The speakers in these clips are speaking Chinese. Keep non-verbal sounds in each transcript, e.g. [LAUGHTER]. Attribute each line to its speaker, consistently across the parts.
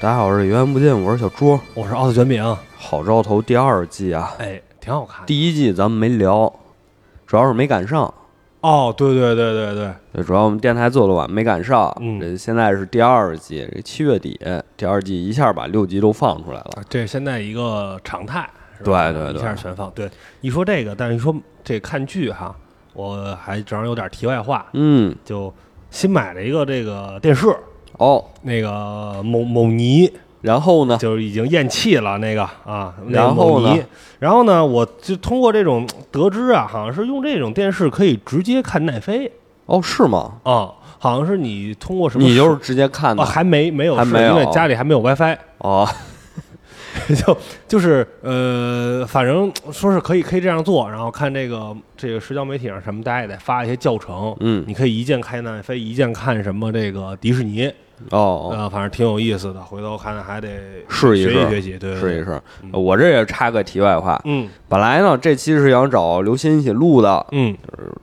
Speaker 1: 大家好，我是源源不尽，我是小朱。
Speaker 2: 我是奥特卷饼，
Speaker 1: 好兆头第二季啊，
Speaker 2: 哎，挺好看的。
Speaker 1: 第一季咱们没聊，主要是没赶上。
Speaker 2: 哦，对对对对啊对，
Speaker 1: 对，主要我们电台做的晚，没赶上。
Speaker 2: 嗯
Speaker 1: 这现在是第二季，这七月底第二季一下把六集都放出来了。
Speaker 2: 这是现在一个常态，是吧
Speaker 1: 对对对
Speaker 2: 一下全放。对，一说这个，但是一说这看剧哈，我还正好有点题外话，
Speaker 1: 嗯，
Speaker 2: 就新买了一个这个电视，
Speaker 1: 哦，
Speaker 2: 那个某某尼
Speaker 1: 然后呢？
Speaker 2: 就是已经咽气了那个啊，那个
Speaker 1: 然后
Speaker 2: 某尼
Speaker 1: 呢？
Speaker 2: 然后呢，我就通过这种得知啊，好像是用这种电视可以直接看奈飞
Speaker 1: 哦，是吗？
Speaker 2: 啊，好像是你通过什么
Speaker 1: 你就是
Speaker 2: 手。
Speaker 1: 直接看的
Speaker 2: 啊，还没没有
Speaker 1: 还
Speaker 2: 是
Speaker 1: 没有
Speaker 2: 因为家里还没有 WiFi，
Speaker 1: 哦，
Speaker 2: [LAUGHS] 就就是呃，反正说是可以可以这样做，然后看这个这个社交媒体上什么，大家也得发一些教程。
Speaker 1: 嗯，
Speaker 2: 你可以一键看奈飞，一键看什么这个迪士尼，
Speaker 1: 哦，
Speaker 2: 呃，反正挺有意思的。回头看还得
Speaker 1: 试一
Speaker 2: 学习
Speaker 1: 试
Speaker 2: 学习，对，对
Speaker 1: 试一
Speaker 2: 对
Speaker 1: 试。我这也插个题外话，
Speaker 2: 呃嗯
Speaker 1: 本来呢这期是想找刘鑫一起录的，
Speaker 2: 嗯，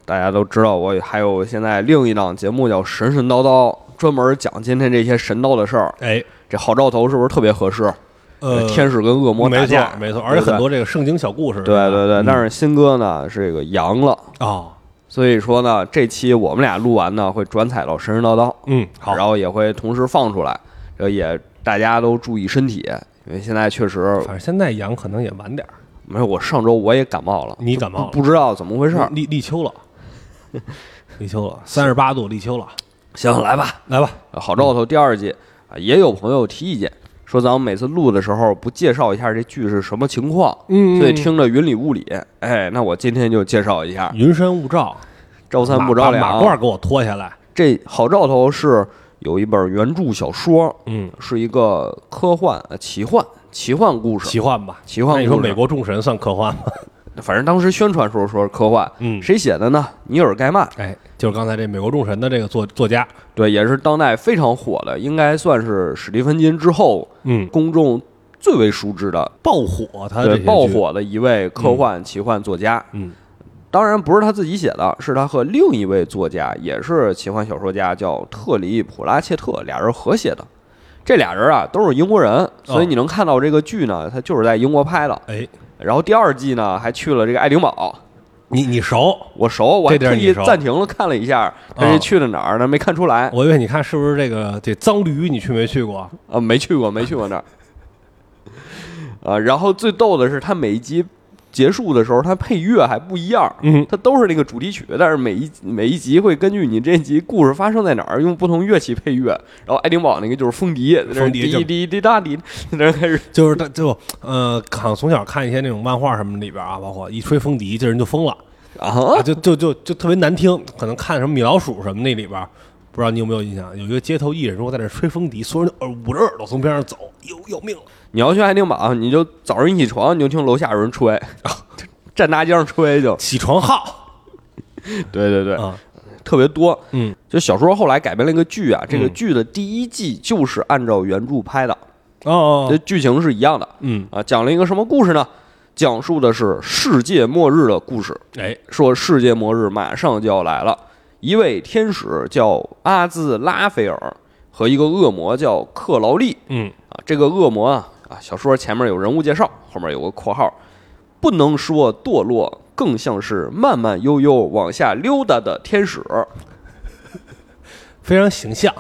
Speaker 1: 大家都知道，我还有现在另一档节目叫《神神叨叨》，专门讲今天这些神叨的事儿。
Speaker 2: 哎，
Speaker 1: 这好兆头是不是特别合适？
Speaker 2: 呃，
Speaker 1: 天使跟恶魔打
Speaker 2: 没
Speaker 1: 架
Speaker 2: 错，没错，而
Speaker 1: 对
Speaker 2: 且
Speaker 1: 不对
Speaker 2: 很多这个圣经小故事，
Speaker 1: 对对对。
Speaker 2: 嗯
Speaker 1: 但是新哥呢是这个阳了，
Speaker 2: 哦，
Speaker 1: 所以说呢，这期我们俩录完呢会转采到神神叨叨，
Speaker 2: 嗯，好，
Speaker 1: 然后也会同时放出来，这也大家都注意身体，因为现在确实
Speaker 2: 反正现在阳可能也晚点儿，
Speaker 1: 没有。我上周我也感冒了，
Speaker 2: 你感冒了
Speaker 1: 不知道怎么回事儿。
Speaker 2: 立立秋
Speaker 1: [LAUGHS]
Speaker 2: 了，立秋了，三十八度，立秋了，
Speaker 1: 行，来吧，
Speaker 2: 来吧，
Speaker 1: 呃好兆头第二季啊，也有朋友提意见。说咱们每次录的时候不介绍一下这剧是什么情况，
Speaker 2: 嗯
Speaker 1: 所以听着云里雾里。哎，那我今天就介绍一下，
Speaker 2: 云山雾罩，
Speaker 1: 朝三
Speaker 2: 马
Speaker 1: 不朝两。
Speaker 2: 把马褂给我脱下来。
Speaker 1: 这好兆头是有一本原著小说，
Speaker 2: 嗯，
Speaker 1: 是一个科幻、呃奇幻、奇幻故事。
Speaker 2: 奇幻吧，
Speaker 1: 奇幻
Speaker 2: 那你说
Speaker 1: 故事
Speaker 2: 美国众神算科幻吗？
Speaker 1: 反正当时宣传时候说是科幻，
Speaker 2: 嗯，
Speaker 1: 谁写的呢？尼尔盖曼，
Speaker 2: 哎， [LAUGHS] 就是刚才这美国众神的这个作作家，
Speaker 1: 对，也是当代非常火的，应该算是史蒂芬金之后
Speaker 2: 嗯，
Speaker 1: 公众最为熟知的，
Speaker 2: 爆火，他这
Speaker 1: 对
Speaker 2: 些，剧
Speaker 1: 爆，火的一位科幻奇幻作家。
Speaker 2: 嗯，
Speaker 1: 当然不是他自己写的，是他和另一位作家，也是奇幻小说家，叫特里普拉切特，俩人合写的。这俩人啊都是英国人，所以
Speaker 2: 哦
Speaker 1: 你能看到这个剧呢，它就是在英国拍的。
Speaker 2: 哎，
Speaker 1: 然后第二季呢还去了这个爱丁堡，
Speaker 2: 你你熟，
Speaker 1: 我熟，我还
Speaker 2: 这地儿
Speaker 1: 特
Speaker 2: 你
Speaker 1: 意
Speaker 2: 熟哦
Speaker 1: 暂停了看了一下，但是去了哪儿呢？没看出来，
Speaker 2: 我以为你看是不是这个这脏驴，你去没去过？
Speaker 1: 啊，没去过，没去过那儿。啊，然后最逗的是，他每一集结束的时候，他配乐还不一样，
Speaker 2: 嗯，
Speaker 1: 它都是那个主题曲，但是每一每一集会根据你这集故事发生在哪儿，用不同乐器配乐。然后爱丁堡那个就是风笛，在那儿
Speaker 2: 风笛就
Speaker 1: 滴滴滴答滴，在那儿开始
Speaker 2: 就是他就呃，好像从小看一些那种漫画什么里边啊，包括一吹风笛，这人就疯了，
Speaker 1: 啊
Speaker 2: 啊，就就就就特别难听。可能看什么米老鼠什么那里边儿，不知道你有没有印象？有一个街头艺人，如果在那儿吹风笛，所有人都耳捂着耳朵从边上走，哟，要命了！
Speaker 1: 你要去爱丁堡，你就早上一起床你就听楼下有人吹，
Speaker 2: 啊
Speaker 1: 站大街上吹
Speaker 2: [LAUGHS]
Speaker 1: 就。
Speaker 2: 起床号
Speaker 1: 对对对，
Speaker 2: 啊，
Speaker 1: 特别多。
Speaker 2: 嗯，
Speaker 1: 就小说后来改编了一个剧啊，这个剧的第一季就是按照原著拍的，
Speaker 2: 哦哦，
Speaker 1: 这
Speaker 2: 哦
Speaker 1: 剧情是一样的
Speaker 2: 嗯，
Speaker 1: 啊。讲了一个什么故事呢？讲述的是世界末日的故事。
Speaker 2: 哎，
Speaker 1: 说世界末日马上就要来了，一位天使叫阿兹拉菲尔和一个恶魔叫克劳利
Speaker 2: 嗯，
Speaker 1: 啊。这个恶魔啊啊，小说前面有人物介绍，后面有个括号，不能说堕落，更像是慢慢悠悠往下溜达的天使。
Speaker 2: 非常形象，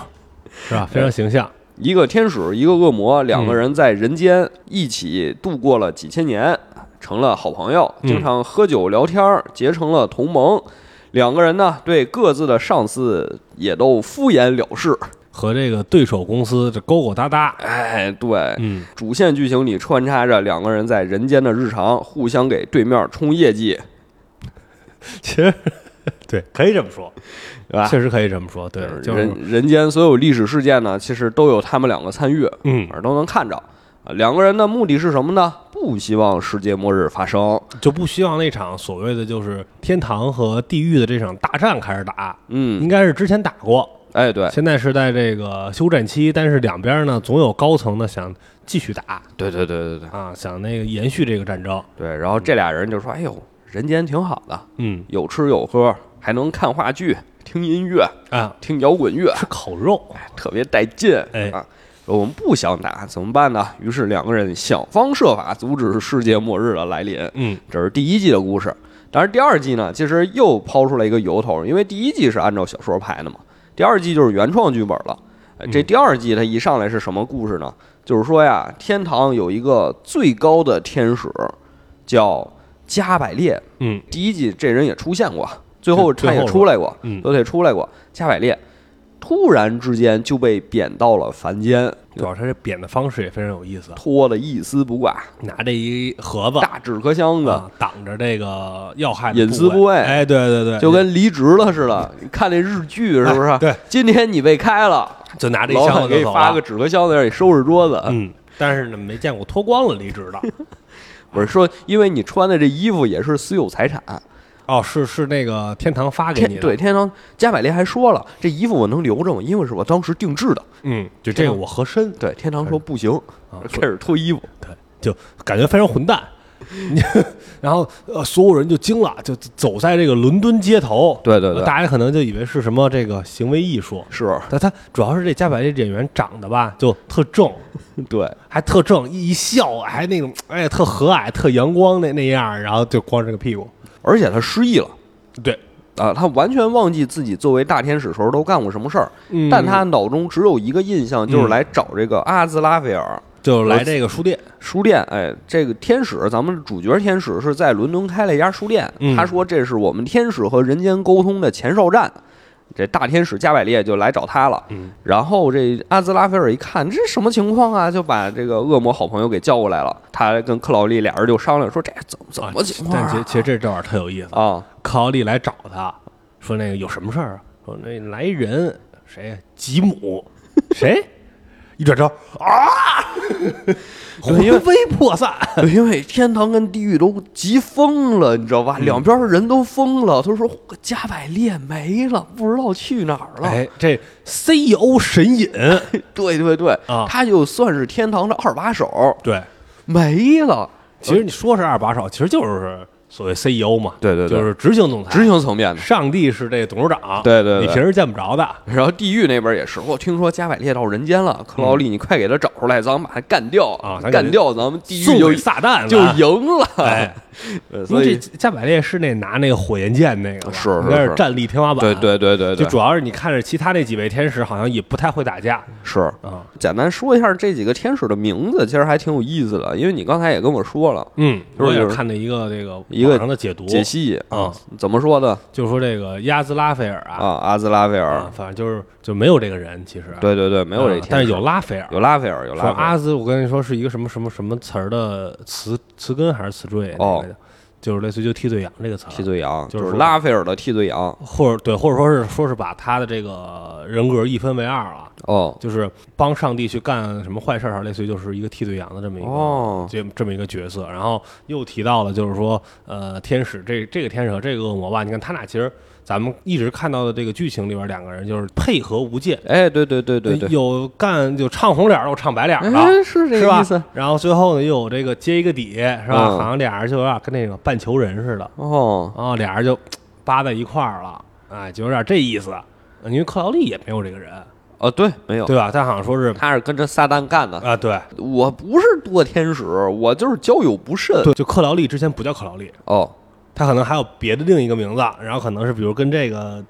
Speaker 2: 是吧？非常形象，
Speaker 1: 一个天使，一个恶魔，两
Speaker 2: 嗯
Speaker 1: 个人在人间一起度过了几千年，成了好朋友，
Speaker 2: 嗯
Speaker 1: 经常喝酒聊天儿，结成了同盟。两个人呢，对各自的上司也都敷衍了事。
Speaker 2: 和这个对手公司这勾勾搭搭，
Speaker 1: 哎，对，
Speaker 2: 嗯，
Speaker 1: 主线剧情里穿插着两个人在人间的日常，互相给对面冲业绩，
Speaker 2: 其实对，可以这么说，
Speaker 1: 对吧？
Speaker 2: 确实可以这么说，对，啊就是
Speaker 1: 人人间所有历史事件呢，其实都有他们两个参与，
Speaker 2: 嗯
Speaker 1: 哪，儿都能看着。啊两个人的目的是什么呢？不希望世界末日发生。
Speaker 2: 就不希望那场所谓的就是天堂和地狱的这场大战开始打，
Speaker 1: 嗯，
Speaker 2: 应该是之前打过，
Speaker 1: 哎，对，
Speaker 2: 现在是在这个休战期，但是两边呢总有高层呢想继续打
Speaker 1: 对对对对对
Speaker 2: 啊，想那个延续这个战争。
Speaker 1: 对。然后这俩人就说：“哎呦，人间挺好的，
Speaker 2: 嗯
Speaker 1: 有吃有喝，还能看话剧、听音乐、
Speaker 2: 啊，
Speaker 1: 听摇滚乐，
Speaker 2: 吃烤肉，
Speaker 1: 特别带劲。
Speaker 2: 哎
Speaker 1: 啊，我们不想打，怎么办呢？于是两个人想方设法阻止世界末日的来临。
Speaker 2: 嗯
Speaker 1: 这是第一季的故事。但是第二季呢，其实又抛出了一个由头，因为第一季是按照小说拍的嘛，第二季就是原创剧本了。呃
Speaker 2: 嗯
Speaker 1: 这第二季它一上来是什么故事呢？就是说呀，天堂有一个最高的天使叫加百列，
Speaker 2: 嗯
Speaker 1: 第一季这人也出现过，最后
Speaker 2: 最
Speaker 1: 他也
Speaker 2: 最后
Speaker 1: 出来过，
Speaker 2: 嗯
Speaker 1: 都得出来过。加百列突然之间就被贬到了凡间，
Speaker 2: 主要他这贬的方式也非常有意思，
Speaker 1: 脱得一丝不挂，
Speaker 2: 拿这一盒子
Speaker 1: 大纸壳箱子，
Speaker 2: 啊挡着这个要害的
Speaker 1: 隐私部位
Speaker 2: 哎，对对对，
Speaker 1: 就跟离职了似的。你看那日剧是不是？
Speaker 2: 哎对，
Speaker 1: 今天你被开了，
Speaker 2: 就拿这一
Speaker 1: 老
Speaker 2: 箱
Speaker 1: 板
Speaker 2: 子
Speaker 1: 给
Speaker 2: 就
Speaker 1: 你
Speaker 2: 走
Speaker 1: 发个
Speaker 2: 了。
Speaker 1: 纸壳箱子让你收拾桌子。
Speaker 2: 嗯，但是呢，没见过脱光了离
Speaker 1: [LAUGHS]
Speaker 2: 职的。
Speaker 1: 我是说，因为你穿的这衣服也是私有财产。
Speaker 2: 哦，是是那个天堂发给你
Speaker 1: 天
Speaker 2: 的，
Speaker 1: 对，，天堂加百列还说了，这衣服我能留着吗？因为是我当时定制的。
Speaker 2: 嗯，就这个我合身，
Speaker 1: 对，天堂说不行
Speaker 2: 啊，
Speaker 1: 开始脱衣服。
Speaker 2: 对，就感觉非常混蛋。 [LAUGHS] 你然后呃，所有人就惊了，就走在这个伦敦街头。呃
Speaker 1: 对对对
Speaker 2: 大家可能就以为是什么这个行为艺术，
Speaker 1: 是，
Speaker 2: 但他主要是这加百列演员长得吧，就特正，
Speaker 1: 对，
Speaker 2: 还特正，一一笑还那种，哎呀，特和蔼，特阳光那那样儿，然后就光着个屁股。
Speaker 1: 而且他失忆了。
Speaker 2: 对，
Speaker 1: 啊，他完全忘记自己作为大天使时候都干过什么事儿，
Speaker 2: 嗯
Speaker 1: 但他脑中只有一个印象，就是
Speaker 2: 嗯
Speaker 1: 来找这个阿兹拉菲尔，
Speaker 2: 就来这个书店，
Speaker 1: 书店，哎，这个天使，咱们主角天使是在伦敦开了一家书店，
Speaker 2: 嗯
Speaker 1: 他说这是我们天使和人间沟通的前哨站。这大天使加百列就来找他了，
Speaker 2: 嗯
Speaker 1: 然后这阿兹拉菲尔一看这什么情况啊，就把这个恶魔好朋友给叫过来了。他跟克劳利俩人就商量说这怎么怎么情况
Speaker 2: 但
Speaker 1: 啊？
Speaker 2: 其其实这这玩意儿特有意思。
Speaker 1: 啊， [LAUGHS]
Speaker 2: 克劳利来找他，说那个有什么事儿啊？说那来一人谁呀？吉姆， [LAUGHS] 谁？一转头 [LAUGHS] 啊，魂飞魄散。
Speaker 1: 因为天堂跟地狱都急疯了，你知道
Speaker 2: 嗯
Speaker 1: 吧？两边的人都疯了。他说加百列没了，不知道去哪儿了。
Speaker 2: [LAUGHS] 哎，这 CEO 神隐，
Speaker 1: 对对对，
Speaker 2: 啊
Speaker 1: 他就算是天堂的二把手
Speaker 2: [LAUGHS] 对，
Speaker 1: 没了，
Speaker 2: 其实你说是二把手，其实就是所谓 CEO 嘛，
Speaker 1: 对对对
Speaker 2: 就是执行总裁。
Speaker 1: 执行层面的。
Speaker 2: 上帝是这董事长，
Speaker 1: 对对对
Speaker 2: 你平时见不着的。
Speaker 1: 然后地狱那边也是，我听说加百列到人间了，克劳利，你快给他找出来，咱们把他干掉
Speaker 2: 嗯啊咱给他
Speaker 1: 干掉，咱们地
Speaker 2: 送
Speaker 1: 狱就
Speaker 2: 给撒旦了
Speaker 1: 就赢了。
Speaker 2: 哎，
Speaker 1: 对，
Speaker 2: 因
Speaker 1: [LAUGHS] 所
Speaker 2: 为
Speaker 1: 以
Speaker 2: 这加百列是那拿那个火焰剑那个吧，
Speaker 1: 是是
Speaker 2: 应该
Speaker 1: 是
Speaker 2: 是战力天花板。
Speaker 1: 对对对对
Speaker 2: 就
Speaker 1: 对，
Speaker 2: 主要是你看着其他那几位天使好像也不太会打架
Speaker 1: 是。
Speaker 2: 啊。
Speaker 1: 简单说一下这几个天使的名字，其实还挺有意思的，因为你刚才也跟我说了，
Speaker 2: 嗯，
Speaker 1: 就是
Speaker 2: 我也是看了一个这个
Speaker 1: 一个
Speaker 2: 网上的解读，
Speaker 1: 解析
Speaker 2: 啊，
Speaker 1: 怎么说的
Speaker 2: 就是说这个亚兹拉菲尔
Speaker 1: 啊？
Speaker 2: 啊，
Speaker 1: 阿兹拉菲尔
Speaker 2: 啊，，反正就是就没有这个人，其实
Speaker 1: 对对对，没有这
Speaker 2: 啊
Speaker 1: 天使，
Speaker 2: 但是有拉斐尔。
Speaker 1: 有拉菲尔，有拉
Speaker 2: 说
Speaker 1: 菲尔，
Speaker 2: 阿兹，我跟你说是一个什么什么什么词儿的词词根还是词缀那
Speaker 1: 哦
Speaker 2: 个的，就是类似于就替罪羊这个词儿，
Speaker 1: 替罪羊
Speaker 2: 啊就
Speaker 1: 就
Speaker 2: 是
Speaker 1: 是
Speaker 2: 说
Speaker 1: 拉菲尔的替罪羊
Speaker 2: 或者对，或者说是说是把他的这个人格一分为二了，
Speaker 1: 哦。
Speaker 2: 就是帮上帝去干什么坏事儿，啊类似于就是一个替罪羊的这么一个、
Speaker 1: 哦
Speaker 2: 这这么一个角色。然后又提到了，就是说，呃，天使这这个天使和这个恶魔吧，你看他俩其实咱们一直看到的这个剧情里边，两个人就是配合无间，
Speaker 1: 哎，对对对对对，
Speaker 2: 有干有唱红脸儿，有唱白脸儿的。
Speaker 1: 哎，是这
Speaker 2: 是
Speaker 1: 个
Speaker 2: 吧
Speaker 1: 意思？
Speaker 2: 然后最后呢，又有这个接一个底，是吧？
Speaker 1: 嗯
Speaker 2: 好像俩人就有点跟那个半球人似的，
Speaker 1: 哦，
Speaker 2: 然后啊俩人就扒在一块儿了，哎，就有点这意思。因为克劳利也没有这个人，
Speaker 1: 哦，对，没有，
Speaker 2: 对吧？但好像说是
Speaker 1: 他是跟着撒旦干的。
Speaker 2: 啊，对，
Speaker 1: 我不是堕天使，我就是交友不慎。
Speaker 2: 对，就克劳利之前不叫克劳利，
Speaker 1: 哦，
Speaker 2: 他可能还有别的另一个名字，然后可能是比如跟这个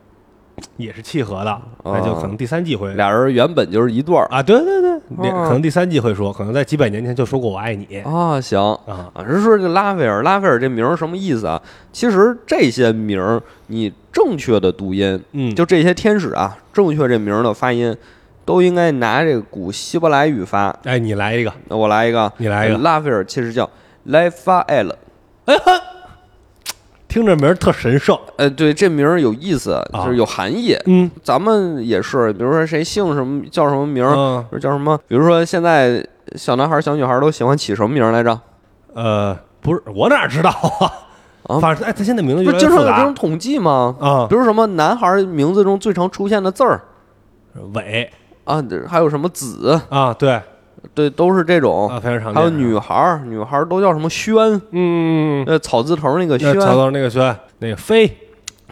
Speaker 2: 也是契合的，那
Speaker 1: 哦
Speaker 2: 就可能第三季会
Speaker 1: 俩人原本就是一对儿
Speaker 2: 啊，对对对，连
Speaker 1: 哦
Speaker 2: 可能第三季会说，可能在几百年前就说过我爱你
Speaker 1: 啊，行。
Speaker 2: 哎啊，
Speaker 1: 啊，是说这拉斐尔，拉斐尔这名儿什么意思啊？其实这些名儿，你正确的读音，
Speaker 2: 嗯，
Speaker 1: 就这些天使啊，正确这名儿的发音，都应该拿这个古希伯来语发。
Speaker 2: 哎，你来一个，
Speaker 1: 那我来一个，呃
Speaker 2: 你来一个
Speaker 1: 拉斐尔其实叫莱法埃勒，
Speaker 2: 听着名儿特神圣，
Speaker 1: 呃，对，这名儿有意思，
Speaker 2: 啊
Speaker 1: 就是有含义。
Speaker 2: 嗯
Speaker 1: 咱们也是，比如说谁姓什么叫什么名儿，
Speaker 2: 嗯
Speaker 1: 或者叫什么，比如说现在小男孩儿、小女孩儿都喜欢起什么名儿来着？
Speaker 2: 呃，不是，我哪知道啊？
Speaker 1: 啊
Speaker 2: 反正哎，他现在名字
Speaker 1: 不
Speaker 2: 越
Speaker 1: 是
Speaker 2: 来
Speaker 1: 经
Speaker 2: 越
Speaker 1: 常有
Speaker 2: 复
Speaker 1: 这种
Speaker 2: 杂
Speaker 1: 统计吗？
Speaker 2: 啊
Speaker 1: 比，如什么男孩儿名字中最常出现的字儿
Speaker 2: 伟
Speaker 1: 啊，还有什么子，
Speaker 2: 啊，对
Speaker 1: 对，都是这种。
Speaker 2: 啊，非常常见，
Speaker 1: 哦还有女呃孩儿，女孩儿都叫什么轩？
Speaker 2: 嗯，嗯嗯嗯
Speaker 1: 呃，草字头那个轩
Speaker 2: 那，曹操那个轩，那个飞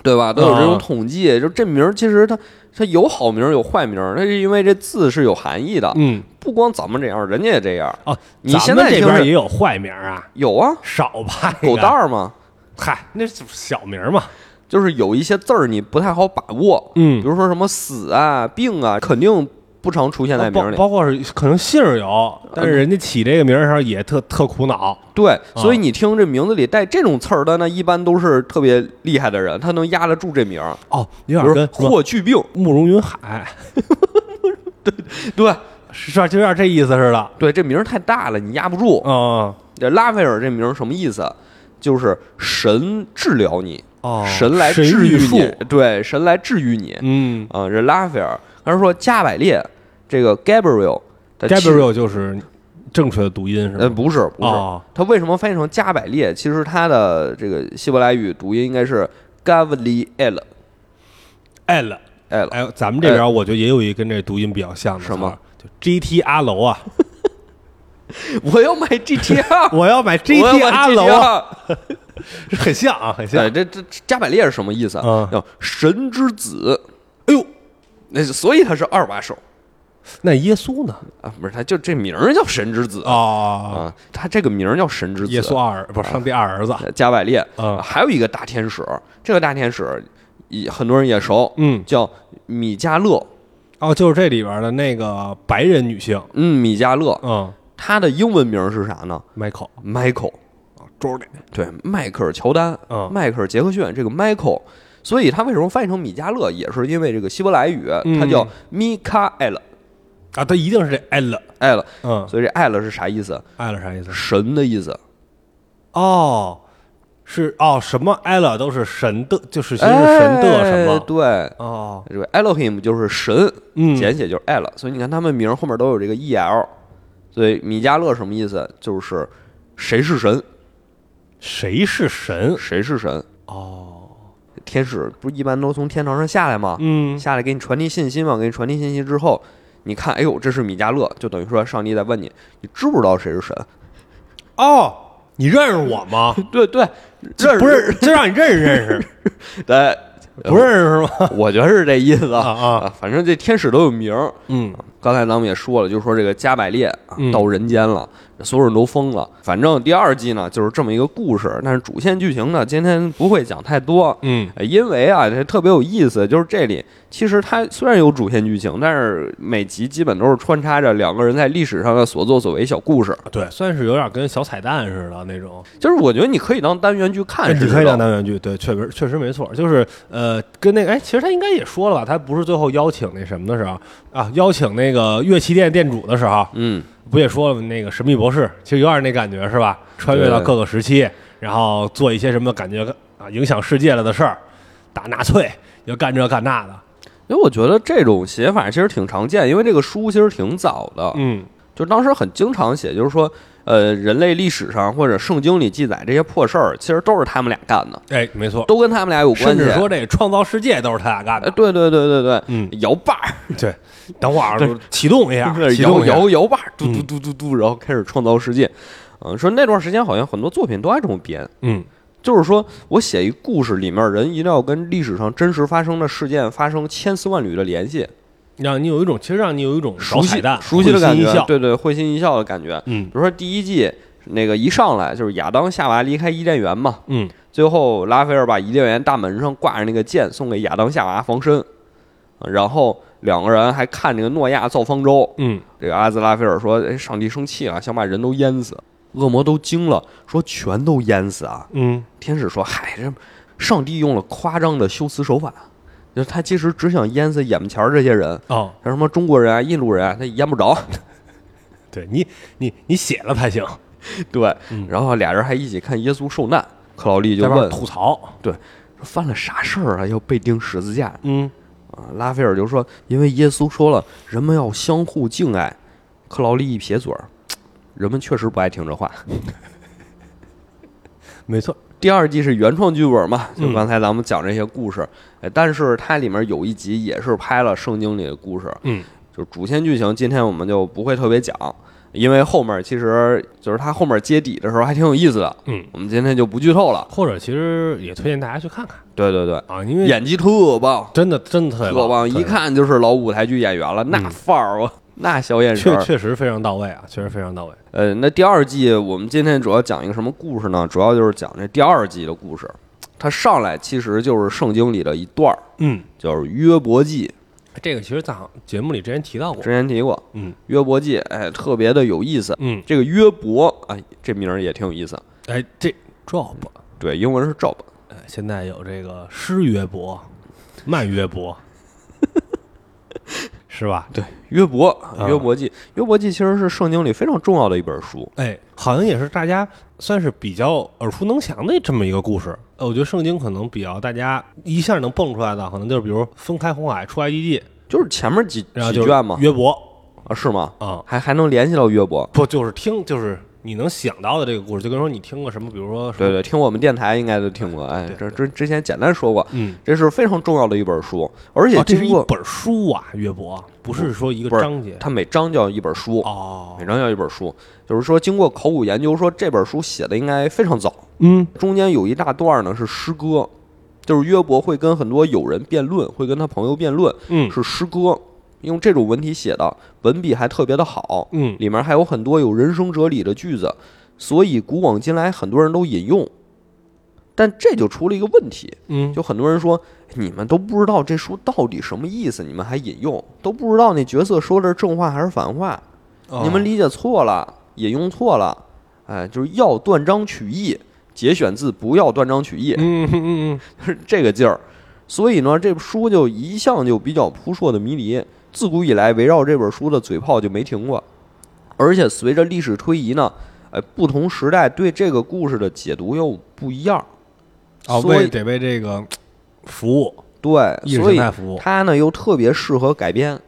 Speaker 1: 对吧？都有这
Speaker 2: 啊
Speaker 1: 种统计，就这名儿其实它它有好名儿有坏名儿，它是因为这字是有含义的，
Speaker 2: 嗯，
Speaker 1: 不光咱们这样，人家也这样。
Speaker 2: 哦，
Speaker 1: 你
Speaker 2: 咱
Speaker 1: 现
Speaker 2: 们
Speaker 1: 在
Speaker 2: 这
Speaker 1: 听
Speaker 2: 边
Speaker 1: 着
Speaker 2: 也有坏名儿啊，
Speaker 1: 有啊，
Speaker 2: 少吧？
Speaker 1: 狗蛋
Speaker 2: 儿，
Speaker 1: 儿嘛，
Speaker 2: 嗨，那是小名儿嘛，
Speaker 1: 就是有一些字儿你不太好把握，比
Speaker 2: 嗯，
Speaker 1: 如说什么死啊、病啊，肯定不常出现在名
Speaker 2: 包
Speaker 1: 儿里。呃
Speaker 2: 包括是可能姓儿有，但是人家起这个名儿的时候也特特苦恼，
Speaker 1: 对，所
Speaker 2: 啊
Speaker 1: 以你听这名字里带这种刺儿的，那一般都是特别厉害的人，他能压得住这名儿。
Speaker 2: 哦，有
Speaker 1: 比
Speaker 2: 点
Speaker 1: 如
Speaker 2: 跟
Speaker 1: 说
Speaker 2: 什么
Speaker 1: 霍去病，
Speaker 2: 慕容云海，
Speaker 1: 对
Speaker 2: 是吧？就有点这意思似的，
Speaker 1: 对，这名儿太大了，你压不住。
Speaker 2: 嗯，
Speaker 1: 这拉斐尔这名儿什么意思？啊就是神治疗你，
Speaker 2: 哦，
Speaker 1: 神来
Speaker 2: 神
Speaker 1: 治愈
Speaker 2: 玉树，
Speaker 1: 你，对，神来治愈你
Speaker 2: 嗯
Speaker 1: 啊。这拉斐尔，他是说加百列这个 Gabriel 的呃其实
Speaker 2: ，Gabriel 就是正确的读音是
Speaker 1: 呃
Speaker 2: 吧？
Speaker 1: 不是不是，
Speaker 2: 哦，
Speaker 1: 他为什么翻译成加百列？其实他的这个希伯来语读音应该是 Gavliel 呃
Speaker 2: 哎了。
Speaker 1: L，
Speaker 2: 哎，咱们这边我觉得也有一跟这读音比较像的词儿
Speaker 1: 什么，
Speaker 2: 就 GT 阿楼啊，
Speaker 1: 我要买 GTR。
Speaker 2: [LAUGHS] 我要买
Speaker 1: 我要
Speaker 2: GT
Speaker 1: 买
Speaker 2: 阿
Speaker 1: GTR
Speaker 2: 楼啊，很像啊，很像
Speaker 1: 对，。这这这加百列是什么意思
Speaker 2: 嗯
Speaker 1: 啊？叫神之子，
Speaker 2: 哎呦，
Speaker 1: 那所以他是二把手
Speaker 2: 那耶稣呢？
Speaker 1: 啊，不是？他就这名儿叫神之子
Speaker 2: 哦，
Speaker 1: 啊，他这个名儿叫神之
Speaker 2: 耶稣
Speaker 1: 子。
Speaker 2: 二儿不是上帝二儿子，
Speaker 1: 加百列，
Speaker 2: 嗯
Speaker 1: 还有一个大天使，这个大天使也很多人也熟，
Speaker 2: 嗯，
Speaker 1: 叫米迦勒。
Speaker 2: 哦，就是这里边的那个白人女性，
Speaker 1: 嗯，米迦勒，
Speaker 2: 嗯
Speaker 1: 他的英文名是啥呢
Speaker 2: ，Michael
Speaker 1: ？Michael。
Speaker 2: Jordan，
Speaker 1: 对，迈克尔·乔丹，
Speaker 2: 嗯
Speaker 1: 迈克尔·杰克逊，这个 Michael，所以他为什么翻译成米迦勒，也是因为这个希伯来语，
Speaker 2: 嗯
Speaker 1: 它叫 Mikael，
Speaker 2: 啊，他一定是这 L，
Speaker 1: 艾了，
Speaker 2: 嗯
Speaker 1: 所以这艾了是啥意思？
Speaker 2: ，L 啥意思？
Speaker 1: 神的意思。
Speaker 2: 哦，是哦，什么 L 都是神的，就是其实是神的
Speaker 1: 哎
Speaker 2: 什么？
Speaker 1: 对，
Speaker 2: 哦，
Speaker 1: 这个 Elohim 就是神，
Speaker 2: 嗯，
Speaker 1: 简写就是艾了，所以你看他们名后面都有这个 E L，所以米迦勒什么意思？就是谁是神，
Speaker 2: 谁是神？
Speaker 1: 谁是神。
Speaker 2: 哦，
Speaker 1: 天使不是一般都从天堂上下来吗？
Speaker 2: 嗯，
Speaker 1: 下来给你传递信息嘛，给你传递信息之后，你看，哎呦，这是米迦勒，就等于说上帝在问你，你知不知道谁是神？
Speaker 2: 哦，你认识我吗？
Speaker 1: 对对，
Speaker 2: 这不是，这让你认识认识，
Speaker 1: 对，
Speaker 2: 不认识是吗？
Speaker 1: 我觉得是这意思
Speaker 2: 啊啊，
Speaker 1: 啊。反正这天使都有名儿。
Speaker 2: 嗯，
Speaker 1: 刚才咱们也说了，就说这个加百列啊
Speaker 2: 嗯
Speaker 1: 到人间了，所有人都疯了。反正第二季呢就是这么一个故事，但是主线剧情呢今天不会讲太多，
Speaker 2: 嗯，
Speaker 1: 呃因为啊这特别有意思，就是这里其实它虽然有主线剧情，但是每集基本都是穿插着两个人在历史上的所作所为小故事。
Speaker 2: 对，算是有点跟小彩蛋似的那种。
Speaker 1: 就是我觉得你可以当单元剧看，
Speaker 2: 你
Speaker 1: 是
Speaker 2: 可以
Speaker 1: 知道
Speaker 2: 当单元剧，对，确实确实没错，就是呃，跟那个哎，其实他应该也说了吧，他不是最后邀请那什么的时候啊，邀请那个乐器店店主的时候，
Speaker 1: 嗯，
Speaker 2: 不也说了吗那个神秘博士，其实有点那感觉是吧？穿越到
Speaker 1: 对
Speaker 2: 各个时期，然后做一些什么感觉啊影响世界了的事儿，打纳粹，又干这干那的，
Speaker 1: 因为我觉得这种写法其实挺常见，因为这个书其实挺早的，
Speaker 2: 嗯
Speaker 1: 就当时很经常写，就是说，呃，人类历史上或者圣经里记载这些破事儿，其实都是他们俩干的，
Speaker 2: 哎，没错，
Speaker 1: 都跟他们俩有关
Speaker 2: 甚
Speaker 1: 系啊
Speaker 2: 至。说这个创造世界都是他俩干
Speaker 1: 呃，
Speaker 2: 的，
Speaker 1: 对对对对对，
Speaker 2: 嗯，
Speaker 1: 摇把儿，
Speaker 2: 对，等会儿
Speaker 1: 对
Speaker 2: 启动一下，启动
Speaker 1: [LAUGHS] 摇
Speaker 2: 一下
Speaker 1: 摇摇把儿，嘟嘟
Speaker 2: 嗯
Speaker 1: 嘟嘟嘟，然后开始创造世界。嗯，说那段时间好像很多作品都爱这么编，
Speaker 2: 嗯，
Speaker 1: 就是说我写一故事，里面人一定要跟历史上真实发生的事件发生千丝万缕的联系，
Speaker 2: 让你有一种，其实让你有一种
Speaker 1: 熟
Speaker 2: 找彩
Speaker 1: 悉
Speaker 2: 蛋、
Speaker 1: 熟悉的
Speaker 2: 会心
Speaker 1: 感
Speaker 2: 一
Speaker 1: 觉，
Speaker 2: 笑
Speaker 1: 对对，会心一笑的感觉。
Speaker 2: 嗯
Speaker 1: 比如说第一季那个一上来就是亚当夏娃离开伊甸园嘛，
Speaker 2: 嗯，
Speaker 1: 最后拉斐尔把伊甸园大门上挂着那个剑送给亚当夏娃防身，呃然后两个人还看这个诺亚造方舟。
Speaker 2: 嗯，
Speaker 1: 这个阿兹拉菲尔说：“哎，上帝生气了，想把人都淹死。”恶魔都惊了，说：“全都淹死啊
Speaker 2: 嗯，！”
Speaker 1: 天使说：“嗨，这上帝用了夸张的修辞手法，就是他其实只想淹死眼前儿这些人，
Speaker 2: 哦，
Speaker 1: 像什么中国人啊、印度人啊，他淹不着。” [LAUGHS]
Speaker 2: 对你，你你写了才行，
Speaker 1: 对
Speaker 2: 嗯，
Speaker 1: 然后俩人还一起看耶稣受难。克劳利就
Speaker 2: 在外面
Speaker 1: 问
Speaker 2: 吐槽，
Speaker 1: 说犯了啥事儿啊，要被钉十字架
Speaker 2: 嗯，
Speaker 1: 啊？拉斐尔就说，因为耶稣说了，人们要相互敬爱。克劳利一撇嘴儿，人们确实不爱听这话。
Speaker 2: 没错，
Speaker 1: 第二季是原创剧本嘛，就
Speaker 2: 嗯
Speaker 1: 刚才咱们讲这些故事，哎但是它里面有一集也是拍了圣经里的故事，
Speaker 2: 嗯，
Speaker 1: 就是主线剧情，今天我们就不会特别讲。因为后面其实就是他后面揭底的时候还挺有意思的。
Speaker 2: 嗯，
Speaker 1: 我们今天就不剧透了。
Speaker 2: 或者其实也推荐大家去看看
Speaker 1: 对对对，
Speaker 2: 啊，因为
Speaker 1: 演技特棒，
Speaker 2: 真的真的特别
Speaker 1: 特棒，
Speaker 2: 特别
Speaker 1: 一看就是老舞台剧演员了，那范儿啊，那小眼神
Speaker 2: 嗯确
Speaker 1: 儿。
Speaker 2: 确实非常到位啊，确实非常到位。
Speaker 1: 呃，那第二季我们今天主要讲一个什么故事呢？主要就是讲这第二季的故事。它上来其实就是圣经里的一段儿，
Speaker 2: 嗯，
Speaker 1: 就是约伯记。
Speaker 2: 这个其实在好像节目里之前提到过
Speaker 1: 之。前提过
Speaker 2: 嗯
Speaker 1: 约伯记，哎，特别的有意思。
Speaker 2: 嗯，
Speaker 1: 这个约伯，哎，这名儿也挺有意思。
Speaker 2: 哎，这 job，
Speaker 1: 对，英文是 Job。
Speaker 2: 哎，现在有这个诗约伯、慢约伯，是吧？
Speaker 1: [LAUGHS] 对，约伯，
Speaker 2: 啊
Speaker 1: 约伯记，约伯记其实是圣经里非常重要的一本书。
Speaker 2: 哎，好像也是大家算是比较耳熟能详的这么一个故事。呃，我觉得圣经可能比较大家一下能蹦出来的，可能就是比如分开红海出埃及记，
Speaker 1: 就是前面几
Speaker 2: 然后
Speaker 1: 几
Speaker 2: 就是
Speaker 1: 卷嘛，
Speaker 2: 约伯
Speaker 1: 啊，是吗？
Speaker 2: 啊，
Speaker 1: 还还能联系到约伯？
Speaker 2: 不就是听就是你能想到的这个故事，就跟说你听过什么，比如说什么
Speaker 1: 对对，听我们电台应该都听过。哎，
Speaker 2: 对
Speaker 1: 这之之前简单说过，
Speaker 2: 嗯，
Speaker 1: 这是非常重要的一本书，而且
Speaker 2: 哦，这是
Speaker 1: 经
Speaker 2: 一
Speaker 1: 过
Speaker 2: 本书啊，约伯不是说一个
Speaker 1: 不是
Speaker 2: 章节
Speaker 1: 它每章叫一本书，
Speaker 2: 哦，
Speaker 1: 每章叫一本书，就是说经过考古研究，说这本书写的应该非常早，
Speaker 2: 嗯
Speaker 1: 中间有一大段呢是诗歌，就是约伯会跟很多友人辩论，会跟他朋友辩论，
Speaker 2: 嗯
Speaker 1: 是诗歌，用这种文体写的，文笔还特别的好，
Speaker 2: 嗯
Speaker 1: 里面还有很多有人生哲理的句子，所以古往今来很多人都引用。但这就出了一个问题，
Speaker 2: 嗯，
Speaker 1: 就很多人说你们都不知道这书到底什么意思，你们还引用，都不知道那角色说的是正话还是反话，
Speaker 2: 哦
Speaker 1: 你们理解错了，引用错了，哎，就是要断章取义，节选自不要断章取义，
Speaker 2: 嗯嗯嗯
Speaker 1: 是 [LAUGHS] 这个劲儿。所以呢，这书就一向就比较扑朔的迷离，自古以来围绕这本书的嘴炮就没停过。而且随着历史推移呢，呃，不同时代对这个故事的解读又不一样。
Speaker 2: 哦，
Speaker 1: 所
Speaker 2: 为
Speaker 1: 以
Speaker 2: 得为这个服务
Speaker 1: 对，
Speaker 2: 意识
Speaker 1: 所
Speaker 2: 形
Speaker 1: 以
Speaker 2: 态服务，
Speaker 1: 它呢又特别适合改编，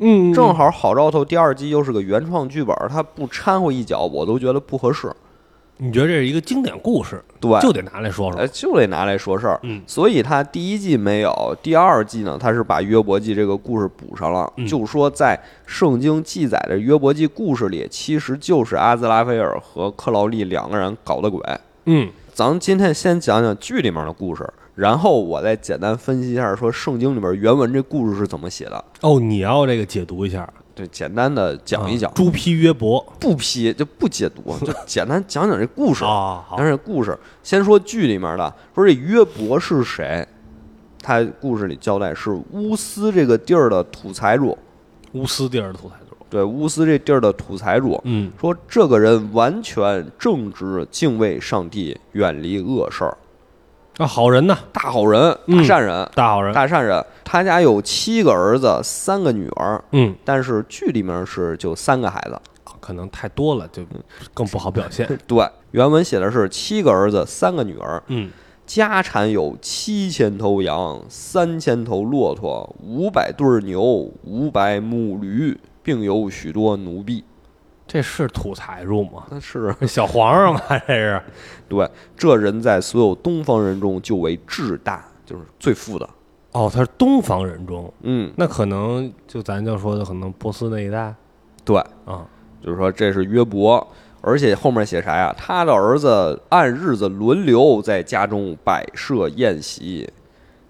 Speaker 2: 嗯
Speaker 1: 正好好兆头第二季又是个原创剧本，它不掺和一脚，我都觉得不合适。
Speaker 2: 你觉得这是一个经典故事，
Speaker 1: 对，
Speaker 2: 就得拿来说说
Speaker 1: 哎，就得拿来说事儿。
Speaker 2: 嗯
Speaker 1: 所以他第一季没有，第二季呢，他是把约伯记这个故事补上了。
Speaker 2: 嗯
Speaker 1: 就说在圣经记载的约伯记故事里，其实就是阿兹拉菲尔和克劳利两个人搞的鬼。
Speaker 2: 嗯
Speaker 1: 咱们今天先讲讲剧里面的故事，然后我再简单分析一下，说圣经里面原文这故事是怎么写的。
Speaker 2: 哦，你要这个解读一下，
Speaker 1: 对，简单的讲一讲，
Speaker 2: 啊猪皮约伯
Speaker 1: 不批就不解读，就简单讲讲这故事。
Speaker 2: 啊，好
Speaker 1: 但是故事先说剧里面的，说这约伯是谁？他故事里交代是乌斯这个地儿的土财主，
Speaker 2: 乌斯地儿的土财主，
Speaker 1: 对，乌斯这地儿的土财主。
Speaker 2: 嗯
Speaker 1: 说这个人完全正直，敬畏上帝，远离恶事儿，
Speaker 2: 啊，好人呐，
Speaker 1: 大好人，
Speaker 2: 嗯
Speaker 1: 大善人，
Speaker 2: 大好人，
Speaker 1: 大善人。他家有七个儿子，三个女儿，
Speaker 2: 嗯，
Speaker 1: 但是剧里面是就三个孩子。
Speaker 2: 可能太多了就更不好表现，
Speaker 1: [LAUGHS] 对，原文写的是七个儿子，三个女儿。
Speaker 2: 嗯
Speaker 1: 家产有七千头羊、三千头骆驼、五百对儿牛、五百母驴，并有许多奴婢。，
Speaker 2: 这是土财主吗？
Speaker 1: 那是
Speaker 2: 小皇上啊， [LAUGHS] 这是
Speaker 1: 对这人在所有东方人中就为至大，就是最富的。
Speaker 2: 哦，他是东方人中，
Speaker 1: 嗯，
Speaker 2: 那可能就咱就说的，可能波斯那一带
Speaker 1: 对，
Speaker 2: 啊，
Speaker 1: 就是说这是约伯，而且后面写啥呀？他的儿子按日子轮流在家中摆设宴席，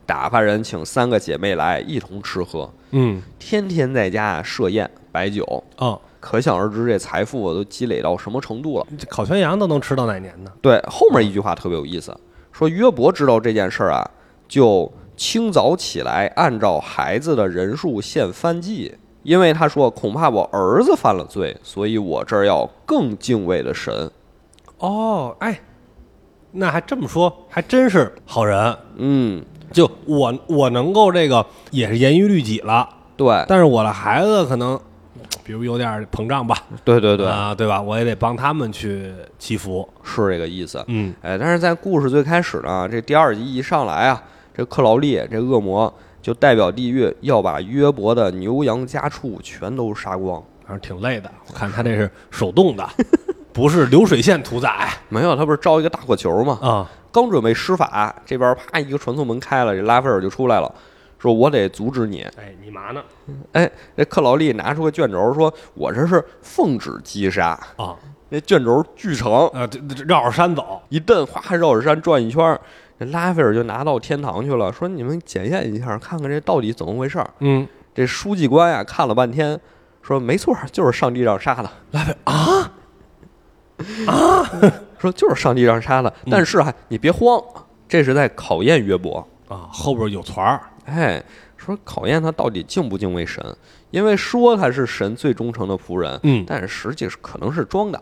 Speaker 1: 打发人请三个姐妹来一同吃喝，
Speaker 2: 嗯
Speaker 1: 天天在家设宴摆酒。
Speaker 2: 哦，
Speaker 1: 可想而知，这财富都积累到什么程度了。
Speaker 2: 这烤全羊都能吃到哪年呢？
Speaker 1: 对，后面一句话特别有意思，说约伯知道这件事儿啊，就清早起来，按照孩子的人数献翻祭，因为他说恐怕我儿子犯了罪，所以我这儿要更敬畏的神。
Speaker 2: 哦，哎，那还这么说，还真是好人。
Speaker 1: 嗯，
Speaker 2: 就我我能够这个也是严于律己了，
Speaker 1: 对，
Speaker 2: 但是我的孩子可能，比如有点膨胀吧，
Speaker 1: 对对对，
Speaker 2: 啊，对吧？我也得帮他们去祈福。
Speaker 1: 是这个意思。
Speaker 2: 嗯
Speaker 1: 哎，但是在故事最开始呢，这第二集一上来啊，这克劳利这恶魔就代表地狱，要把约伯的牛羊家畜全都杀光。
Speaker 2: 反正挺累的，我看他这是手动的，不是流水线屠宰
Speaker 1: 没有，他不是招一个大火球吗？
Speaker 2: [LAUGHS] 啊。
Speaker 1: 刚准备施法，这边啪一个传送门开了，这拉斐尔就出来了，说我得阻止你。
Speaker 2: 哎，你嘛呢？
Speaker 1: 哎，那克劳利拿出个卷轴说，我这是奉旨击杀。
Speaker 2: 啊
Speaker 1: 那卷轴巨长，
Speaker 2: 啊，这这绕着山走，
Speaker 1: 一蹬，哗绕着山转一圈儿。这拉斐尔就拿到天堂去了，说你们检验一下，看看这到底怎么回事儿。
Speaker 2: 嗯，
Speaker 1: 这书记官呀看了半天，说没错儿，就是上帝让杀的。
Speaker 2: 拉斐尔啊，
Speaker 1: [LAUGHS] 说就是上帝让杀的，
Speaker 2: 嗯
Speaker 1: 但是啊，你别慌，这是在考验约伯。
Speaker 2: 啊，后边有船儿，
Speaker 1: 哎，说考验他到底敬不敬畏神，因为说他是神最忠诚的仆人，
Speaker 2: 嗯
Speaker 1: 但是实际是可能是装的，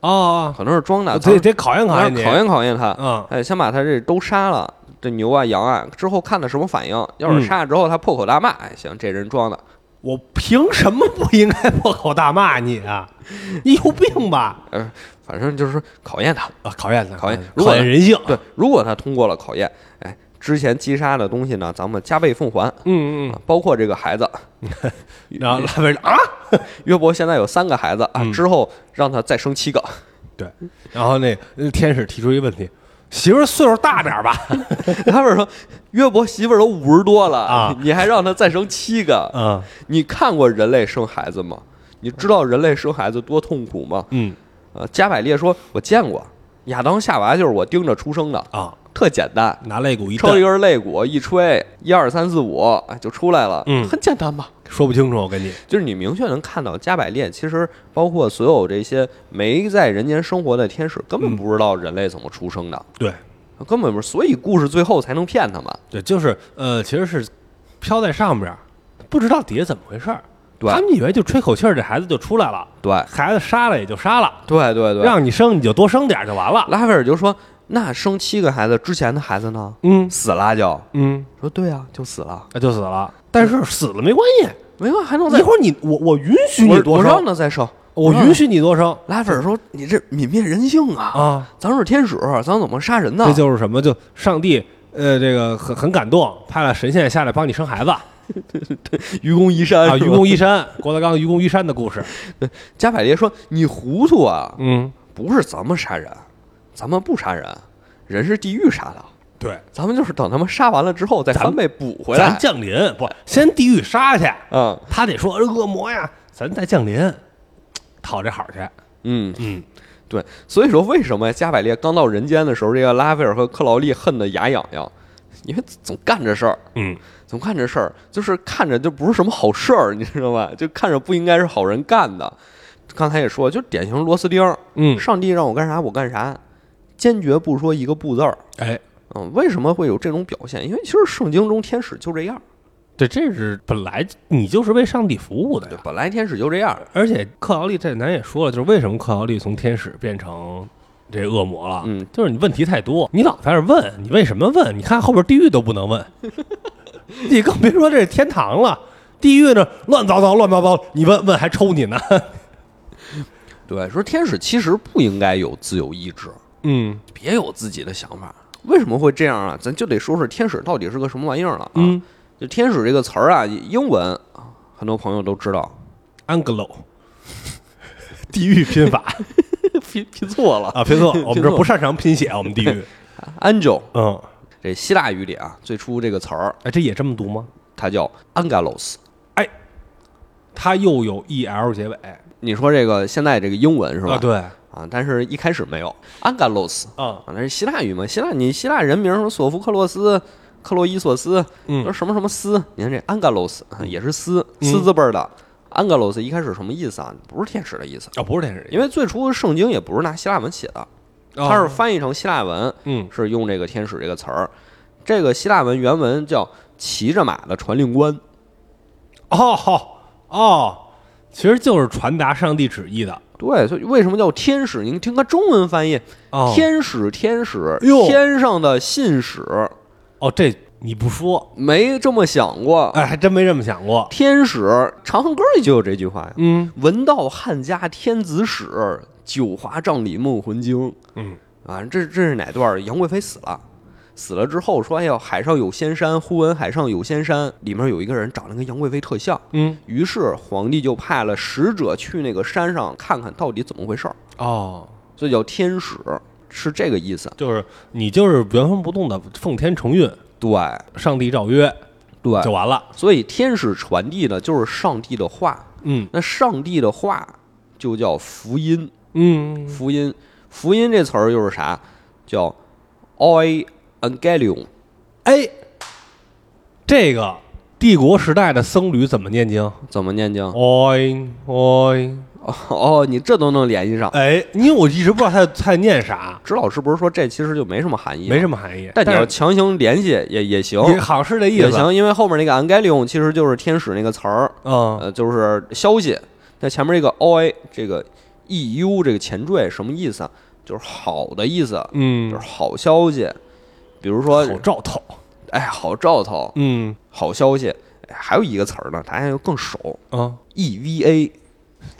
Speaker 2: 啊
Speaker 1: 可能是装的，
Speaker 2: 啊，
Speaker 1: 他
Speaker 2: 得得考验考验你，
Speaker 1: 考验考验他，
Speaker 2: 啊，
Speaker 1: 哎，先把他这都杀了，这牛啊羊啊，之后看他什么反应，要
Speaker 2: 嗯
Speaker 1: 是杀了之后他破口大骂，哎，行，这人装的，
Speaker 2: 我凭什么不应该破口大骂你 [LAUGHS] 啊？你有病吧？
Speaker 1: 呃，反正就是考验他，
Speaker 2: 啊，考验他，
Speaker 1: 考验如果
Speaker 2: 考验人性，
Speaker 1: 对，如果他通过了考验，哎，之前击杀的东西呢，咱们加倍奉还。
Speaker 2: 嗯嗯，
Speaker 1: 啊包括这个孩子，
Speaker 2: 然后拉斐尔啊，
Speaker 1: 约伯现在有三个孩子
Speaker 2: 嗯
Speaker 1: 啊，之后让他再生七个， [LAUGHS]
Speaker 2: 对，然后那呃天使提出一个问题，媳妇儿岁数大点儿吧？
Speaker 1: 他们说，约伯媳妇儿都五十多了
Speaker 2: 啊
Speaker 1: 你还让他再生七个？
Speaker 2: [LAUGHS] 嗯
Speaker 1: 你看过人类生孩子吗？你知道人类生孩子多痛苦吗？
Speaker 2: 嗯
Speaker 1: 呃，加百列说，我见过，亚当夏娃就是我盯着出生的，
Speaker 2: 啊，
Speaker 1: 特简单，
Speaker 2: 拿肋骨一
Speaker 1: 抽一
Speaker 2: 蹬，
Speaker 1: 根肋骨一吹，一二三四五，哎，就出来了，
Speaker 2: 嗯
Speaker 1: 很简单吧？
Speaker 2: 说不清楚，我跟你，
Speaker 1: 就是你明确能看到加百列，其实包括所有这些没在人间生活的天使，根本不知道人类怎么出生的，
Speaker 2: 对
Speaker 1: 根本不是，所以故事最后才能骗他们。
Speaker 2: 对，就是呃，其实是飘在上边儿，不知道底下怎么回事儿，
Speaker 1: 对
Speaker 2: 他们以为就吹口气儿，这孩子就出来了，
Speaker 1: 对，
Speaker 2: 孩子杀了也就杀了，
Speaker 1: 对对对，
Speaker 2: 让你生你就多生点儿就完了，
Speaker 1: 拉斐尔就说：“那生七个孩子之前的孩子呢？
Speaker 2: 嗯
Speaker 1: 死了就
Speaker 2: 嗯，
Speaker 1: 说对啊，就死了，
Speaker 2: 那就死了，但是死了没关系。
Speaker 1: 没有还能再
Speaker 2: 一会儿你我我允许
Speaker 1: 我
Speaker 2: 你多
Speaker 1: 我嗯让
Speaker 2: 生，
Speaker 1: 他再生，
Speaker 2: 我
Speaker 1: 让
Speaker 2: 允许你多生
Speaker 1: 拉斐尔说：“你这泯灭人性啊！
Speaker 2: 啊！
Speaker 1: 咱是天使，咱怎么杀人呢
Speaker 2: 这？就是什么？就上帝呃，这个很很感动，派了神仙下来帮你生孩子啊！
Speaker 1: 愚公移山
Speaker 2: 愚公移山，郭德纲愚公移山的
Speaker 1: [LAUGHS]
Speaker 2: 故事。
Speaker 1: 加百列说：‘你糊涂啊！
Speaker 2: 嗯，
Speaker 1: 不是咱们杀人，咱们不杀人，人是地狱杀的，
Speaker 2: 对，
Speaker 1: 咱们就是等他们杀完了之后再
Speaker 2: 咱
Speaker 1: 翻倍补回
Speaker 2: 咱
Speaker 1: 来。
Speaker 2: 降临不先地狱杀去，’
Speaker 1: 嗯
Speaker 2: 他得说呃恶魔呀，咱再降临，讨这好去。
Speaker 1: 嗯，
Speaker 2: 嗯，
Speaker 1: 对，所以说为什么加百列刚到人间的时候，这个拉斐尔和克劳利恨得牙痒痒，因为总干这事儿，
Speaker 2: 嗯，
Speaker 1: 总干这事儿，就是看着就不是什么好事儿，你知道吧？就看着不应该是好人干的。刚才也说，就典型螺丝钉儿，
Speaker 2: 嗯
Speaker 1: 上帝让我干啥我干啥，坚决不说一个不字儿。
Speaker 2: 哎，
Speaker 1: 嗯，为什么会有这种表现？因为其实圣经中天使就这样，
Speaker 2: 对，这是本来你就是为上帝服务的
Speaker 1: 对
Speaker 2: 呀，。
Speaker 1: 本来天使就这样。
Speaker 2: 而且克劳利这咱也说了，就是为什么克劳利从天使变成这恶魔了？
Speaker 1: 嗯，
Speaker 2: 就是你问题太多，你老在这问，你为什么问？你看后边地狱都不
Speaker 1: [LAUGHS]
Speaker 2: 能问，你更别说这是天堂了。地狱呢，乱糟糟，乱糟糟，你问问还抽你呢。
Speaker 1: 对，说天使其实不应该有自由意志，
Speaker 2: 嗯
Speaker 1: 别有自己的想法。为什么会这样啊？咱就得说说天使到底是个什么玩意儿了啊？
Speaker 2: 嗯
Speaker 1: 就天使这个词儿啊，英文啊很多朋友都知道，
Speaker 2: ，Angelo，地狱拼法
Speaker 1: [LAUGHS] 拼拼错了
Speaker 2: 啊，别错，我们这不擅长拼写，我们地狱。
Speaker 1: [LAUGHS] ，angel
Speaker 2: 嗯，
Speaker 1: 这希腊语里啊，最初这个词儿
Speaker 2: 哎，这也这么读吗？
Speaker 1: 它叫 angelos。
Speaker 2: 哎，它又有 E L 结尾
Speaker 1: 你说这个现在这个英文是吧？
Speaker 2: 啊？对，
Speaker 1: 啊但是一开始没有 angelos
Speaker 2: 嗯
Speaker 1: 啊，那是希腊语嘛？希腊你希腊人名什么索福克洛斯、克洛伊索斯，
Speaker 2: 嗯
Speaker 1: 都是什么什么斯？你看这 angelos 啊也是斯，斯字辈儿的。angelos 一开始什么意思啊？哦不是天使的意思，
Speaker 2: 啊，不是天使，
Speaker 1: 因为最初圣经也不是拿希腊文写的，
Speaker 2: 哦
Speaker 1: 它是翻译成希腊文，
Speaker 2: 嗯
Speaker 1: 是用这个“天使”这个词儿。这个希腊文原文叫“骑着马的传令官
Speaker 2: 哦哦，其实就是传达上帝旨意的”。
Speaker 1: 对，所以为什么叫天使？您听个中文翻译，
Speaker 2: 哦
Speaker 1: 天使，天使，
Speaker 2: 哟
Speaker 1: 天上的信使，
Speaker 2: 哦，这你不说，
Speaker 1: 没这么想过。
Speaker 2: 哎，还真没这么想过。
Speaker 1: 天使，《长恨歌》里就有这句话呀。
Speaker 2: 嗯
Speaker 1: 闻道汉家天子使，九华帐里梦魂惊。
Speaker 2: 嗯
Speaker 1: 啊，这这是哪段儿？杨贵妃死了，死了之后说：“哎呦，海上有仙山，忽闻海上有仙山。”里面有一个人长得跟杨贵妃特像，
Speaker 2: 嗯，
Speaker 1: 于是皇帝就派了使者去那个山上看看到底怎么回事儿，
Speaker 2: 哦，
Speaker 1: 所以叫天使，是这个意思。
Speaker 2: 就是你就是原封不动的奉天承运，
Speaker 1: 对
Speaker 2: 上帝诏曰，
Speaker 1: 对，
Speaker 2: 就完了。
Speaker 1: 所以天使传递的就是上帝的话，
Speaker 2: 嗯
Speaker 1: 那上帝的话就叫福音。
Speaker 2: 嗯
Speaker 1: 福音，福音这词儿又是啥？叫 oi angelium。
Speaker 2: 哎，这个帝国时代的僧侣怎么念经？
Speaker 1: 怎么念经？
Speaker 2: 哎哎
Speaker 1: [LAUGHS] 哦，你这都能联系上。
Speaker 2: 哎，因为我一直不知道他他念啥，
Speaker 1: 指老师不是说这其实就没什么含义吗，啊
Speaker 2: 没什么含义。
Speaker 1: 哎但你要
Speaker 2: 是
Speaker 1: 强行联系也也行，
Speaker 2: 也好像是这意
Speaker 1: 也
Speaker 2: 思。
Speaker 1: 行，因为后面那个 angelium 其实就是天使那个词儿，
Speaker 2: 嗯
Speaker 1: 呃，就是消息。那前面这个 oi 这个 eu 这个前缀什么意思啊？就是好的意思，就是
Speaker 2: 嗯，
Speaker 1: 好消息。比如说，
Speaker 2: 好兆头。
Speaker 1: 哎，好兆头，
Speaker 2: 嗯
Speaker 1: 好消息。哎还有一个词儿呢，大家就更熟
Speaker 2: 啊，
Speaker 1: ，eva。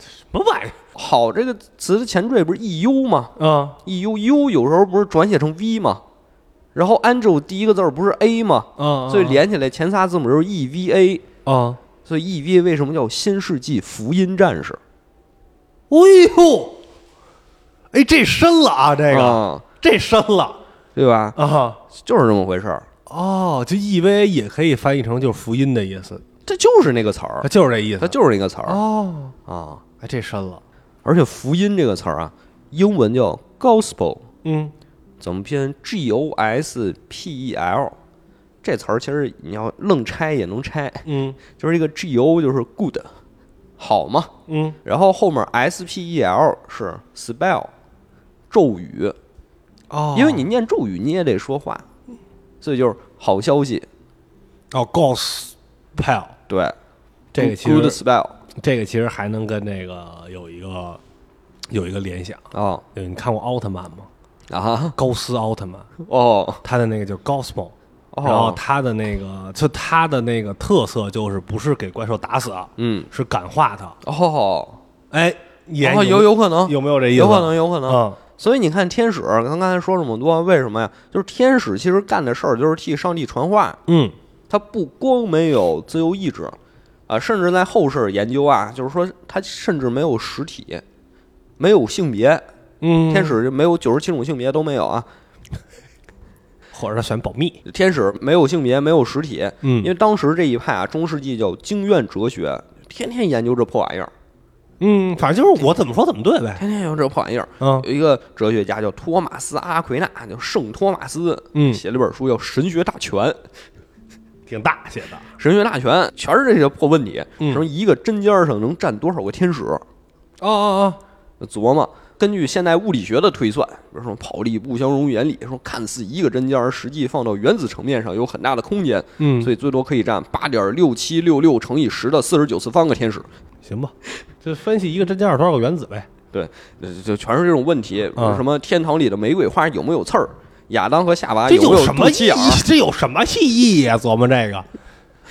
Speaker 2: 什么玩意
Speaker 1: E 好这个词的前缀不是 eu 吗
Speaker 2: 儿啊
Speaker 1: ？eu u 有时候不是转写成 v 吗？然后 angel 第一个字儿不是 a 吗？
Speaker 2: 啊？
Speaker 1: 所以连起来前仨字母就是 eva。
Speaker 2: 啊，
Speaker 1: 所以 EVA 为什么叫新世纪福音战士？
Speaker 2: 哎呦，哎，这深了啊，这个
Speaker 1: 啊
Speaker 2: 这深了
Speaker 1: 对吧？
Speaker 2: 啊。
Speaker 1: 就是这么回事儿，
Speaker 2: 哦，就 EVA 也可以翻译成就是福音的意思，
Speaker 1: 这就是那个词儿
Speaker 2: 它，就是这意
Speaker 1: 它
Speaker 2: 思。
Speaker 1: 就是那个词儿
Speaker 2: 哦，
Speaker 1: 啊。
Speaker 2: 哎，这深了。
Speaker 1: 而且福音这个词儿啊，英文叫 gospel，
Speaker 2: 嗯，
Speaker 1: 怎么拼？G O S P E L。这词儿其实你要愣拆也能拆，
Speaker 2: 嗯
Speaker 1: 就是一个 G O 就是 good，好嘛。
Speaker 2: 嗯
Speaker 1: 然后后面 S P E L 是 spell，咒语，
Speaker 2: 哦
Speaker 1: 因为你念咒语你也得说话，所以就是好消息，
Speaker 2: 哦 g o s p e l
Speaker 1: 对，
Speaker 2: 这个
Speaker 1: Good-
Speaker 2: 其实
Speaker 1: good spell
Speaker 2: 这个其实还能跟那个有一个有一个联想。呃
Speaker 1: 啊
Speaker 2: 对，你看过奥特曼吗？
Speaker 1: 啊
Speaker 2: 高斯奥特曼，
Speaker 1: 哦
Speaker 2: 他的那个就是 Gospel，、
Speaker 1: 哦
Speaker 2: 然后他的那个就他的那个特色就是不是给怪兽打死啊，
Speaker 1: 嗯
Speaker 2: 是感化他。
Speaker 1: 哦，
Speaker 2: 哎，也
Speaker 1: 然后有
Speaker 2: 有
Speaker 1: 有可能
Speaker 2: 有没有这意思？
Speaker 1: 有可能有可能，
Speaker 2: 嗯
Speaker 1: 所以你看天使，刚才说这么多，为什么呀？就是天使其实干的事儿就是替上帝传话，
Speaker 2: 嗯
Speaker 1: 他不光没有自由意志啊，甚至在后世研究啊，就是说他甚至没有实体，没有性别，
Speaker 2: 嗯，
Speaker 1: 天使就没有九十七种性别都没有啊，
Speaker 2: 或者他选保密，
Speaker 1: 天使没有性别，没有实体，
Speaker 2: 嗯
Speaker 1: 因为当时这一派啊，中世纪叫经院哲学，天天研究这破玩意儿，
Speaker 2: 嗯，反正就是我怎么说怎么对呗。
Speaker 1: 天天研究这破玩意儿。
Speaker 2: 嗯
Speaker 1: 有一个哲学家叫托马斯·阿拉奎那，叫圣托马斯，
Speaker 2: 嗯，
Speaker 1: 写了本书叫《神学大全》。
Speaker 2: 挺大写的，
Speaker 1: 神学大全全是这些破问题，
Speaker 2: 嗯
Speaker 1: 什么一个针尖儿上能站多少个天使？
Speaker 2: 哦哦
Speaker 1: 琢磨，根据现代物理学的推算，比如说跑力不相容原理，说看似一个针尖儿，实际放到原子层面上有很大的空间，
Speaker 2: 哦，嗯，
Speaker 1: 所以最多可以占八点六七六六乘以十的四十九次方个天使。
Speaker 2: 行吧，就分析一个针尖有多少个原子呗。
Speaker 1: 对，呃就全是这种问题，
Speaker 2: 嗯
Speaker 1: 什么天堂里的玫瑰花有没有刺儿，亚当和夏娃
Speaker 2: 这
Speaker 1: 没哎有啊
Speaker 2: 什
Speaker 1: 肚
Speaker 2: 么
Speaker 1: 脐
Speaker 2: 意义
Speaker 1: 眼儿？？
Speaker 2: 这有什么意义呀、琢磨这个，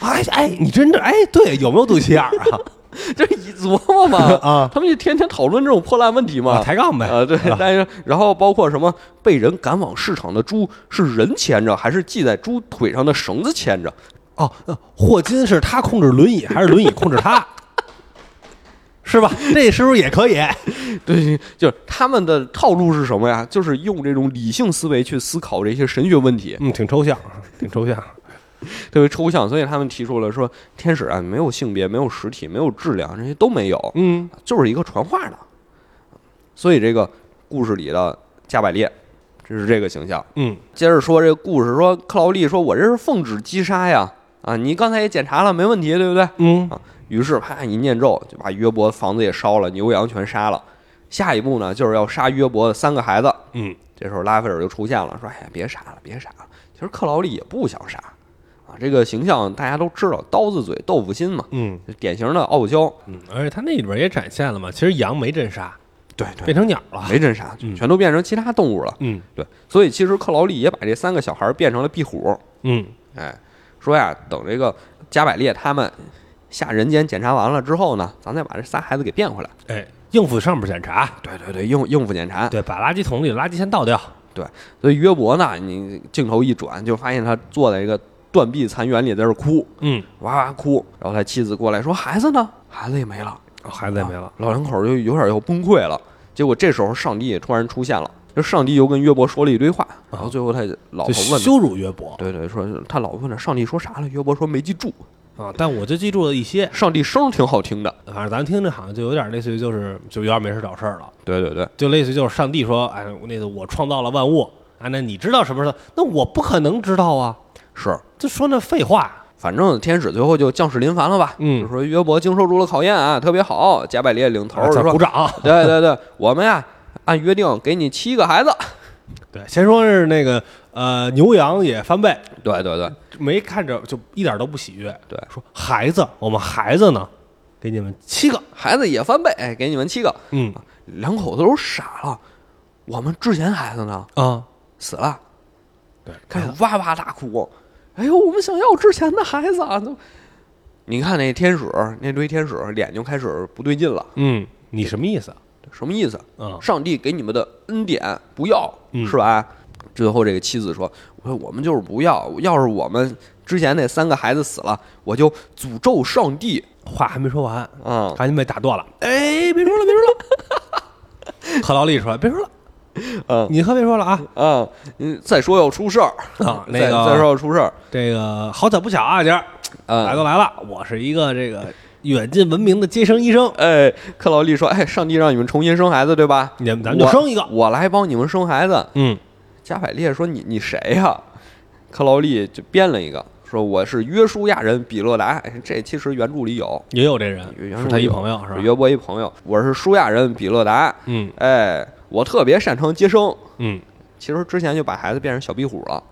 Speaker 2: 哎哎，你真的哎，对，有没有肚脐眼儿
Speaker 1: [LAUGHS]
Speaker 2: 啊？
Speaker 1: [LAUGHS] 这一琢磨嘛
Speaker 2: [LAUGHS] 啊
Speaker 1: 他们就天天讨论这种破烂问题嘛
Speaker 2: 啊，。抬杠呗。
Speaker 1: 啊，对，但是然后包括什么被人赶往市场的猪是人牵着，还是系在猪腿上的绳子牵着？
Speaker 2: 哦，呃霍金是他控制轮椅，还是轮椅控制他？是吧？这是不是也可以？
Speaker 1: [LAUGHS] 对，就是他们的套路是什么呀？就是用这种理性思维去思考这些神学问题，
Speaker 2: [LAUGHS] 嗯，挺抽象，挺抽象。啊
Speaker 1: 特别抽象。所以他们提出了说，天使啊，没有性别，没有实体，没有质量，这些都没有。
Speaker 2: 嗯
Speaker 1: 就是一个传话的。所以这个故事里的加百列，这是这个形象。
Speaker 2: 嗯
Speaker 1: 接着说这个故事，说克劳利说：“我这是奉旨击杀呀！啊，你刚才也检查了，没问题，对不对
Speaker 2: 嗯？”
Speaker 1: 于是啪一念咒，就把约伯房子也烧了，牛羊全杀了。下一步呢，就是要杀约伯的三个孩子。
Speaker 2: 嗯
Speaker 1: 这时候拉斐尔就出现了，说：“哎呀，别杀了，别杀了。”其实克劳利也不想杀啊，这个形象大家都知道，刀子嘴豆腐心嘛，
Speaker 2: 嗯
Speaker 1: 典型的傲娇。
Speaker 2: 嗯，而且他那里边也展现了嘛，其实羊没真杀，
Speaker 1: 对对，
Speaker 2: 变成鸟了。
Speaker 1: 啊没真杀，
Speaker 2: 嗯
Speaker 1: 全都变成其他动物了。
Speaker 2: 嗯
Speaker 1: 对，所以其实克劳利也把这三个小孩变成了壁虎。
Speaker 2: 嗯
Speaker 1: 哎，说呀，等这个加百列他们下人间检查完了之后呢，咱再把这仨孩子给变回来。
Speaker 2: 哎，应付上面检查，
Speaker 1: 对对对，应应付检查。
Speaker 2: 对，哦把垃圾桶里的垃圾先倒掉。
Speaker 1: 所以约伯呢，你镜头一转就发现他坐在一个断壁残垣里，在这儿哭，
Speaker 2: 嗯，
Speaker 1: 哇哇哭。然后他妻子过来说：“孩子呢？孩子也没了。”啊
Speaker 2: 哦孩子也没了。
Speaker 1: 老两口就有点要崩溃了。结果这时候上帝突然出现了，就上帝又跟约伯说了一堆话，然后最后他老
Speaker 2: 就
Speaker 1: 婆问他，
Speaker 2: 羞辱约伯
Speaker 1: 对对，说他老婆问他上帝说啥了，约伯说没记住，
Speaker 2: 啊，但我就记住了一些，
Speaker 1: 上帝声儿挺好听的，
Speaker 2: 反正咱听着好像就有点类似于就是就有点没事找事儿了，
Speaker 1: 对对对，
Speaker 2: 就类似于就是上帝说，哎，那个我创造了万物，啊，那你知道什么时候？那我不可能知道啊，
Speaker 1: 是，
Speaker 2: 就说那废话，
Speaker 1: 反正天使最后就将士临凡了吧，
Speaker 2: 嗯
Speaker 1: 就说约伯经受住了考验啊，特别好，加百列领头
Speaker 2: 啊
Speaker 1: 就
Speaker 2: 再鼓
Speaker 1: 说，
Speaker 2: 掌。
Speaker 1: 对对对，我们呀按约定给你七个孩子，
Speaker 2: 对，先说是那个呃牛羊也翻倍，
Speaker 1: 对对对，
Speaker 2: 没看着就一点都不喜悦。
Speaker 1: 对
Speaker 2: 说孩子，我们孩子呢，给你们七个，
Speaker 1: 孩子也翻倍，哎，给你们七个，
Speaker 2: 嗯
Speaker 1: 两口子都傻了，我们之前孩子呢
Speaker 2: 啊，
Speaker 1: 死了，
Speaker 2: 对，
Speaker 1: 开始哇哇大哭，哎呦，我们想要之前的孩子啊！都你看那天使，那堆天使脸就开始不对劲了，
Speaker 2: 嗯，你什么意思啊？
Speaker 1: 什么意思？
Speaker 2: 啊
Speaker 1: 上帝给你们的恩典不要
Speaker 2: 嗯
Speaker 1: 是吧？最后这个妻子说：“我说我们就是不要，要是我们之前那三个孩子死了，我就诅咒上帝
Speaker 2: 话还没说完，
Speaker 1: 啊！”
Speaker 2: 赶紧被打断了。哎，别说了，别说了。克劳利说：“别说了，
Speaker 1: [LAUGHS] 嗯
Speaker 2: 你可别说了啊！
Speaker 1: 啊，嗯，再说要出事儿
Speaker 2: 啊那
Speaker 1: 再
Speaker 2: 个
Speaker 1: 再说要出事儿
Speaker 2: 这个好巧不巧啊，姐儿来
Speaker 1: 啊。
Speaker 2: 都来了，我是一个这个远近闻名的接生医生，
Speaker 1: 哎，克劳利说：“哎，上帝让你们重新生孩子，对吧？
Speaker 2: 你们咱们就生一个。
Speaker 1: 我来帮你们生孩子。”
Speaker 2: 嗯，
Speaker 1: 加百列说：“你你谁呀、克劳利就编了一个，说我是约书亚人比勒达，哎这其实原著里有，
Speaker 2: 也有这人
Speaker 1: 原
Speaker 2: 是
Speaker 1: 著
Speaker 2: 他
Speaker 1: 里
Speaker 2: 一
Speaker 1: 有
Speaker 2: 朋友是吧？
Speaker 1: 约伯一朋友，我是舒亚人比勒达，
Speaker 2: 嗯
Speaker 1: 哎，我特别擅长接生。
Speaker 2: 嗯，
Speaker 1: 其实之前就把孩子变成小壁虎了，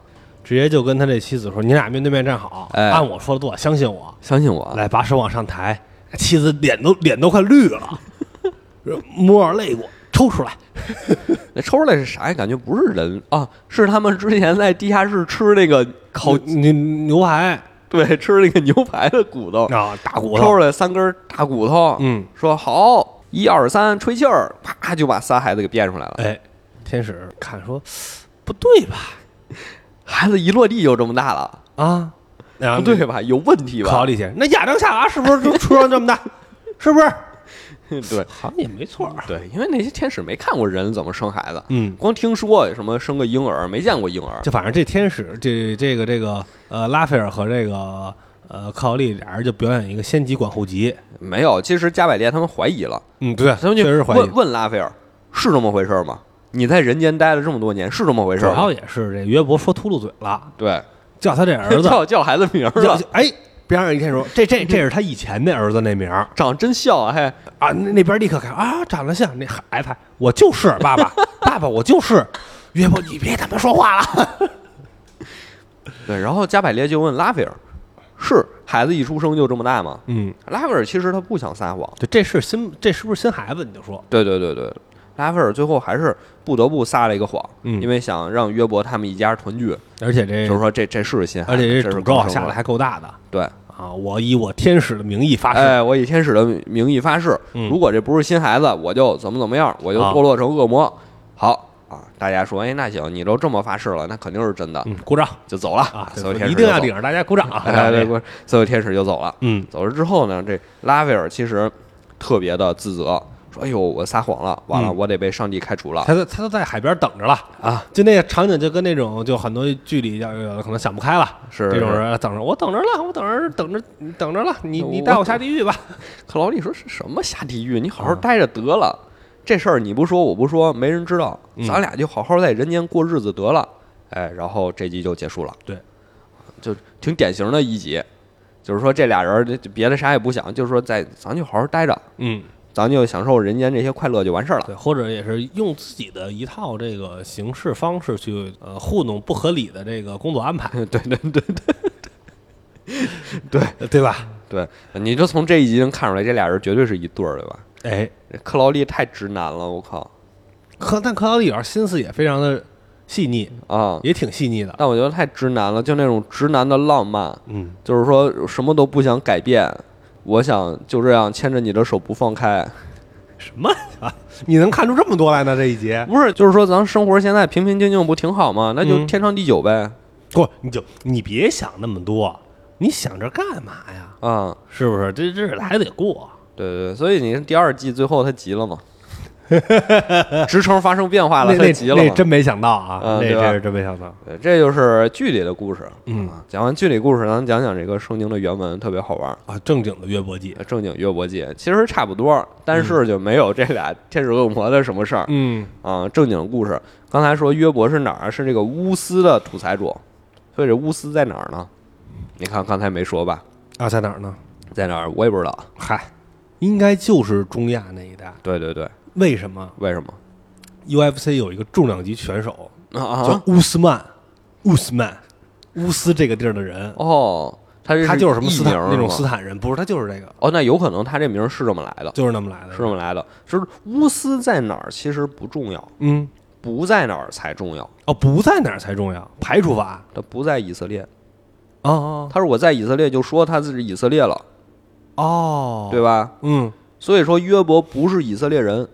Speaker 2: 直接就跟他这妻子说：‘你俩面对面站好，
Speaker 1: 哎啊
Speaker 2: 按我说的做，相信我。
Speaker 1: 相信’我，
Speaker 2: 来，把手往上抬，妻子脸都脸都快绿了， [LAUGHS] 摸着肋骨抽出来。
Speaker 1: 那抽出来是啥呀？感觉不是人啊，是他们之前在地下室吃那个烤
Speaker 2: 好，牛牛排
Speaker 1: 对，吃那个牛排的骨头，
Speaker 2: 啊，大骨
Speaker 1: 抽出
Speaker 2: 头，
Speaker 1: 来三根大骨头，
Speaker 2: 嗯，
Speaker 1: 说好，一二三，吹气儿，啪就把仨孩子给变出来了。
Speaker 2: 哎，天使看说不对吧？
Speaker 1: 孩子一落地就这么大了，
Speaker 2: 啊，啊
Speaker 1: 不对吧？有问题
Speaker 2: 克劳
Speaker 1: 吧？
Speaker 2: 利先生，那亚当夏娃是不是就出生这么大？是不是？
Speaker 1: [LAUGHS] 对
Speaker 2: 好啊像也没错儿。
Speaker 1: 对，因为那些天使没看过人怎么生孩子，
Speaker 2: 嗯，
Speaker 1: 光听说什么生个婴儿，没见过婴儿。
Speaker 2: 就反正这天使，这这个这个呃，拉斐尔和这个呃克劳利俩人就表演一个先急管后急。
Speaker 1: 没有，其实加百列他们怀疑了，
Speaker 2: 嗯，对，
Speaker 1: 他们
Speaker 2: 确
Speaker 1: 就
Speaker 2: 实怀疑
Speaker 1: 问。问拉斐尔是这么回事吗？你在人间待了这么多年，是这么回
Speaker 2: 主
Speaker 1: 事吗
Speaker 2: 要？也是这约伯说秃噜嘴了，
Speaker 1: 对，
Speaker 2: 叫他这儿子，
Speaker 1: [LAUGHS] 叫叫孩子名儿
Speaker 2: 叫
Speaker 1: 了，
Speaker 2: 哎，边上一天说这这这是他以前那儿子那名儿
Speaker 1: 长得真像啊，还
Speaker 2: 啊，那那边立刻看啊，长得像那孩子，我就是爸爸，爸爸我就是约伯，你别他妈说话了。
Speaker 1: 对。然后加百列就问拉斐尔：“是孩子一出生就这么大吗
Speaker 2: 嗯，？”
Speaker 1: 拉斐尔其实他不想撒谎，
Speaker 2: 就这是新，这是不是新孩子？你就说，
Speaker 1: 对对对对。拉斐尔最后还是不得不撒了一个谎，
Speaker 2: 嗯
Speaker 1: 因为想让约伯他们一家团聚，
Speaker 2: 而且这
Speaker 1: 就是说这这是新孩
Speaker 2: 而
Speaker 1: 子，这
Speaker 2: 且这
Speaker 1: 是
Speaker 2: 诅咒啊
Speaker 1: 刚生
Speaker 2: 下
Speaker 1: 出
Speaker 2: 的
Speaker 1: 来
Speaker 2: 还够大的
Speaker 1: 对，
Speaker 2: 啊！我以我天使的名义发誓，
Speaker 1: 哎，我以天使的名义发誓，
Speaker 2: 嗯
Speaker 1: 如果这不是新孩子，我就怎么怎么样，我就
Speaker 2: 啊
Speaker 1: 堕落成恶魔。好啊，大家说，哎，那行，你都这么发誓了，那肯定是真的，
Speaker 2: 嗯，鼓掌
Speaker 1: 就走了。
Speaker 2: 啊！
Speaker 1: 所有天
Speaker 2: 一
Speaker 1: 使
Speaker 2: 定
Speaker 1: 就
Speaker 2: 要
Speaker 1: 走
Speaker 2: 领着大家鼓掌啊！
Speaker 1: 哎，对，对所有天使就走了。
Speaker 2: 嗯
Speaker 1: 走了之后呢，这拉斐尔其实特别的自责，说：“哎呦，我撒谎了，完了，
Speaker 2: 嗯
Speaker 1: 我得被上帝开除了。
Speaker 2: 他都他都在海边等着了
Speaker 1: 啊！
Speaker 2: 就那个场景，就跟那种就很多剧里要可能想不开了，
Speaker 1: 是
Speaker 2: 这种
Speaker 1: 是
Speaker 2: 人等着我等着了，我等着等着等着了，你你
Speaker 1: 我
Speaker 2: 带我下地狱吧！
Speaker 1: 克劳利说：“是什么下地狱？你
Speaker 2: 嗯
Speaker 1: 好好待着得了，这事儿你不说我不说，没人知道，
Speaker 2: 嗯
Speaker 1: 咱俩就好好在人间过日子得了。”哎，然后这集就结束了。
Speaker 2: 对，
Speaker 1: 就挺典型的一集，就是说这俩人儿就别的啥也不想，就是说在咱就好好待着，
Speaker 2: 嗯，
Speaker 1: 咱就享受人间这些快乐就完事儿了。 [LAUGHS]
Speaker 2: 对，或者也是用自己的一套这个行事方式去呃糊弄不合理的这个工作安排，
Speaker 1: 对对对
Speaker 2: [LAUGHS] 对吧？
Speaker 1: 对，你就从这一集能看出来，这俩人绝对是一对儿，对吧？
Speaker 2: 哎，
Speaker 1: 克劳利太直男了，我靠
Speaker 2: 克但克劳利尔心思也非常的细腻，
Speaker 1: 啊！
Speaker 2: 也挺细腻的。
Speaker 1: 但我觉得太直男了，就那种直男的浪漫，
Speaker 2: 嗯，
Speaker 1: 就是说什么都不想改变，我想就这样牵着你的手不放
Speaker 2: [LAUGHS]
Speaker 1: 开。
Speaker 2: 什么 [LAUGHS] 啊？你能看出这么多来呢？这一节
Speaker 1: 不是，就是说咱生活现在平平静静不挺好吗？那就
Speaker 2: 嗯
Speaker 1: 天长地久呗。
Speaker 2: 不，你就你别想那么多，你想着干嘛呀？
Speaker 1: 啊、
Speaker 2: 是不是？这日子还得过。 [LAUGHS]
Speaker 1: 对对对，所以你看第二季最后他急了嘛？职称发生变化
Speaker 2: 那
Speaker 1: 了，
Speaker 2: 那
Speaker 1: 太急了
Speaker 2: 那
Speaker 1: 嘛。
Speaker 2: 真没想到啊，
Speaker 1: 嗯
Speaker 2: 那
Speaker 1: 对吧
Speaker 2: 这是真没想到。
Speaker 1: 对这就是剧里的故事。
Speaker 2: 嗯
Speaker 1: 啊，讲完剧里故事，咱们讲讲这个圣经的原文，特别好玩儿。
Speaker 2: 啊，正经的约伯记，
Speaker 1: 正经约伯记其实差不多，但是就没有这俩天使恶魔的什么事儿
Speaker 2: 嗯
Speaker 1: 啊。正经的故事，刚才说约伯是哪儿啊？是这个乌斯的土财主，所以这乌斯在哪儿呢？你看刚才没说吧？
Speaker 2: 啊，在哪儿呢？
Speaker 1: 在哪儿？我也不知道。
Speaker 2: 嗨，应该就是中亚那一带。
Speaker 1: 对对对，
Speaker 2: 为什么
Speaker 1: 为什么？
Speaker 2: UFC 有一个重量级选手
Speaker 1: 啊
Speaker 2: 叫乌斯曼？乌斯曼，乌斯这个地儿的人，
Speaker 1: 哦，他这
Speaker 2: 他就是什么斯坦
Speaker 1: 艺名是吗
Speaker 2: 那种斯坦人，不是他就是这个，
Speaker 1: 哦，那有可能他这名儿是这么来的，
Speaker 2: 就是那么来的。
Speaker 1: 是这么来的。就是乌斯在哪儿其实不重要，
Speaker 2: 嗯，
Speaker 1: 不在哪儿才重要。
Speaker 2: 哦，不在哪儿才重要，排除法。
Speaker 1: 他不在以色列，
Speaker 2: 哦
Speaker 1: 他如果在以色列，就说他是以色列了，
Speaker 2: 哦，
Speaker 1: 对吧？
Speaker 2: 嗯
Speaker 1: 所以说约伯不是以色列人。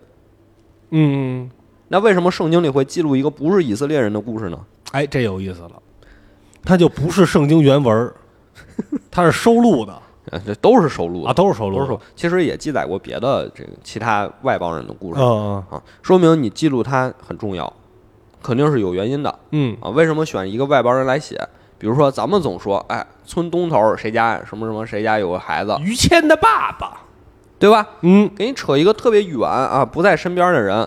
Speaker 2: 嗯，
Speaker 1: 那为什么圣经里会记录一个不是以色列人的故事呢？
Speaker 2: 哎，这有意思了，他就不是圣经原文儿，他是收录的
Speaker 1: 呃这都是收录的
Speaker 2: 啊，，都是收录
Speaker 1: 都
Speaker 2: 的，
Speaker 1: 是收。其实也记载过别的这个其他外邦人的故事
Speaker 2: 嗯
Speaker 1: 啊，说明你记录它很重要，肯定是有原因的。
Speaker 2: 嗯
Speaker 1: 啊，为什么选一个外邦人来写？比如说，咱们总说，哎，村东头谁家什么什么谁家有个孩子
Speaker 2: 嗯，，于谦的爸爸，
Speaker 1: 对吧？
Speaker 2: 嗯，
Speaker 1: 给你扯一个特别远啊，不在身边的人，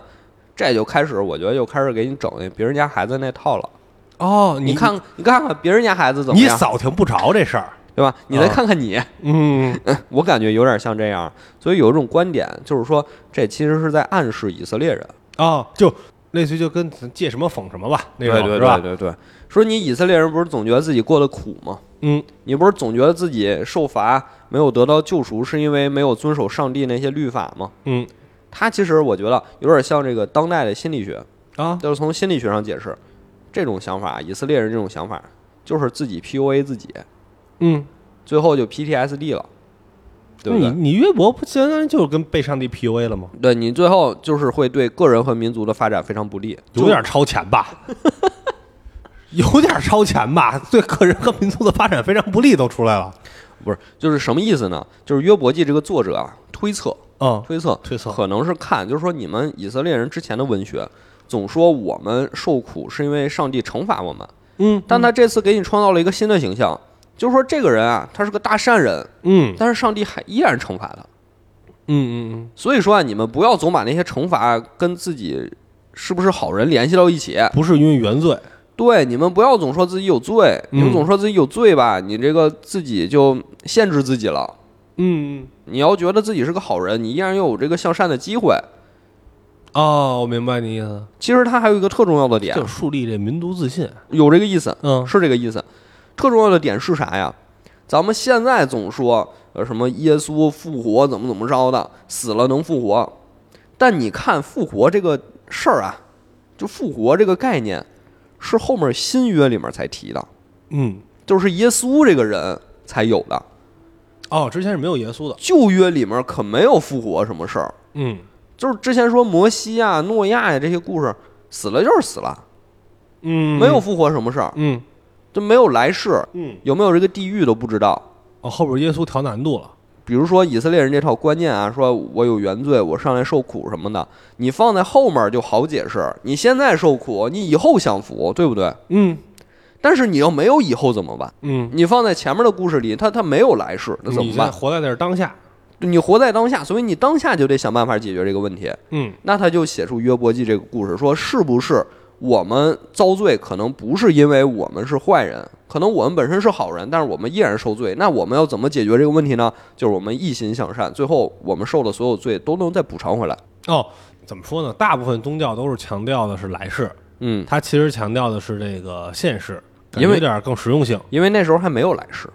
Speaker 1: 这就开始，我觉得又开始给你整那别人家孩子那套了。
Speaker 2: 哦，
Speaker 1: 你看，你看看别人家孩子怎么
Speaker 2: 你
Speaker 1: 样，
Speaker 2: 扫听不着这事儿，
Speaker 1: 对吧？你再
Speaker 2: 啊
Speaker 1: 看看你， [LAUGHS]
Speaker 2: 嗯
Speaker 1: 我感觉有点像这样。所以有一种观点就是说，这其实是在暗示以色列人，
Speaker 2: 哦，就类似于就跟借什么讽什么吧，那种
Speaker 1: 对
Speaker 2: 是吧？
Speaker 1: 对对，说你以色列人不是总觉得自己过得苦吗？
Speaker 2: 嗯
Speaker 1: 你不是总觉得自己受罚没有得到救赎，是因为没有遵守上帝那些律法吗？
Speaker 2: 嗯
Speaker 1: 它其实我觉得有点像这个当代的心理学，
Speaker 2: 啊，
Speaker 1: 就是从心理学上解释，这种想法，以色列人这种想法，就是自己 PUA 自己，
Speaker 2: 嗯，
Speaker 1: 最后就 PTSD 了，对不
Speaker 2: 你
Speaker 1: 对？
Speaker 2: 你约伯不相当于就是跟被上帝 PUA 了吗？
Speaker 1: 对你最后就是会对个人和民族的发展非常不利，
Speaker 2: 有点超前 [LAUGHS] 吧，有点超前吧，对个人和民族的发展非常不利都出来了。
Speaker 1: 就不是就是什么意思呢？就是约伯记这个作者啊，推测
Speaker 2: 嗯，
Speaker 1: 推测
Speaker 2: 推测
Speaker 1: 可能是看，就是说你们以色列人之前的文学总说我们受苦是因为上帝惩罚我们，
Speaker 2: 嗯
Speaker 1: 但他这次给你创造了一个新的形象，就是说这个人啊，他是个大善人，
Speaker 2: 嗯
Speaker 1: 但是上帝还依然惩罚他。
Speaker 2: 嗯嗯嗯，
Speaker 1: 所以说啊，你们不要总把那些惩罚跟自己是不是好人联系到一起。
Speaker 2: 不是因为原罪，
Speaker 1: 对，你们不要总说自己有罪，
Speaker 2: 嗯
Speaker 1: 你们总说自己有罪吧，你这个自己就限制自己了。
Speaker 2: 嗯
Speaker 1: 你要觉得自己是个好人，你依然有这个向善的机会。
Speaker 2: 哦，我明白你意思，
Speaker 1: 其实它还有一个特重要的点，
Speaker 2: 就树立这民族自信。
Speaker 1: 有这个意思，
Speaker 2: 嗯
Speaker 1: 是这个意思。特重要的点是啥呀？咱们现在总说呃什么耶稣复活怎么怎么着的，死了能复活，但你看复活这个事儿啊，就复活这个概念是后面新约里面才提的，
Speaker 2: 嗯，
Speaker 1: 就是耶稣这个人才有的。
Speaker 2: 哦，之前是没有耶稣的。
Speaker 1: 旧约里面可没有复活什么事儿，
Speaker 2: 嗯
Speaker 1: 就是之前说摩西啊、诺亚呀、这些故事，死了就是死了，
Speaker 2: 嗯
Speaker 1: 没有。复活什么事儿，
Speaker 2: 嗯
Speaker 1: 就没有来世，
Speaker 2: 嗯，
Speaker 1: 有没有这个地狱都不知道。
Speaker 2: 哦，后边耶稣调难度了。
Speaker 1: 比如说以色列人这套观念啊，说我有原罪，我上来受苦什么的，你放在后面就好解释。你现在受苦，你以后享福，对不对？
Speaker 2: 嗯
Speaker 1: 但是你要没有以后怎么办？
Speaker 2: 嗯，
Speaker 1: 你放在前面的故事里，他他没有来世，那怎
Speaker 2: 你
Speaker 1: 么
Speaker 2: 现在
Speaker 1: 办？
Speaker 2: 活在那是当下。
Speaker 1: 你活在当下，所以你当下就得想办法解决这个问题。
Speaker 2: 嗯
Speaker 1: 那他就写出约伯记这个故事，说是不是我们遭罪，可能不是因为我们是坏人，可能我们本身是好人，但是我们依然受罪。那我们要怎么解决这个问题呢？就是我们一心向善，最后我们受的所有罪都能再补偿回来。
Speaker 2: 哦，怎么说呢？大部分宗教都是强调的是来世，
Speaker 1: 嗯，
Speaker 2: 它其实强调的是这个现世，感
Speaker 1: 因
Speaker 2: 觉
Speaker 1: 为
Speaker 2: 有点更实用性。
Speaker 1: 因为那时候还没有来世。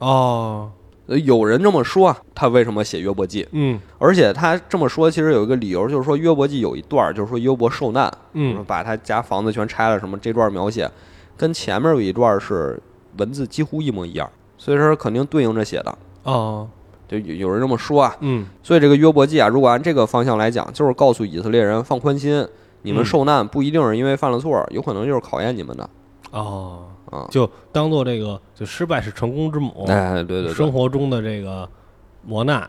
Speaker 2: 哦，
Speaker 1: 呃有人这么说啊，他为什么写约伯记？
Speaker 2: 嗯
Speaker 1: 而且他这么说，其实有一个理由，就是说约伯记有一段儿，就是说约伯受难，
Speaker 2: 嗯，
Speaker 1: 把他家房子全拆了，什么这段描写，跟前面有一段是文字几乎一模一样，所以说肯定对应着写的。
Speaker 2: 哦，
Speaker 1: 就有有人这么说啊，
Speaker 2: 嗯
Speaker 1: 所以这个约伯记啊，如果按这个方向来讲，就是告诉以色列人放宽心，你
Speaker 2: 嗯
Speaker 1: 们受难不一定是因为犯了错，有可能就是考验你们的。
Speaker 2: 哦
Speaker 1: 啊，
Speaker 2: 就当做哦
Speaker 1: 哎
Speaker 2: 这个，就失败是成功之母，
Speaker 1: 哎，对对对
Speaker 2: 生活中的这个磨难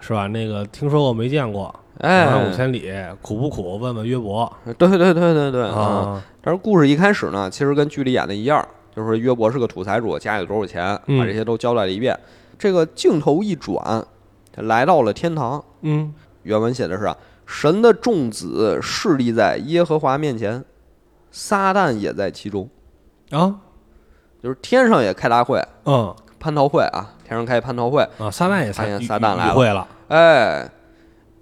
Speaker 2: 是吧？那个听说过没见过，
Speaker 1: 哎，
Speaker 2: 五千里苦不苦？问问约伯
Speaker 1: 对对对对对啊！
Speaker 2: 啊，
Speaker 1: 但是故事一开始呢，其实跟剧里演的一样，就是约伯是个土财主，家里有多少钱，
Speaker 2: 嗯
Speaker 1: 把这些都交代了一遍。这个镜头一转，他来到了天堂。
Speaker 2: 嗯，
Speaker 1: 原文写的是啊，神的众子势力在耶和华面前，撒旦也在其中，
Speaker 2: 啊，
Speaker 1: 就是天上也开大会，
Speaker 2: 嗯
Speaker 1: 蟠桃会啊，天上开蟠桃会。
Speaker 2: 啊，撒旦也
Speaker 1: 哎呀
Speaker 2: 参
Speaker 1: 撒旦来了
Speaker 2: 会了，
Speaker 1: 哎，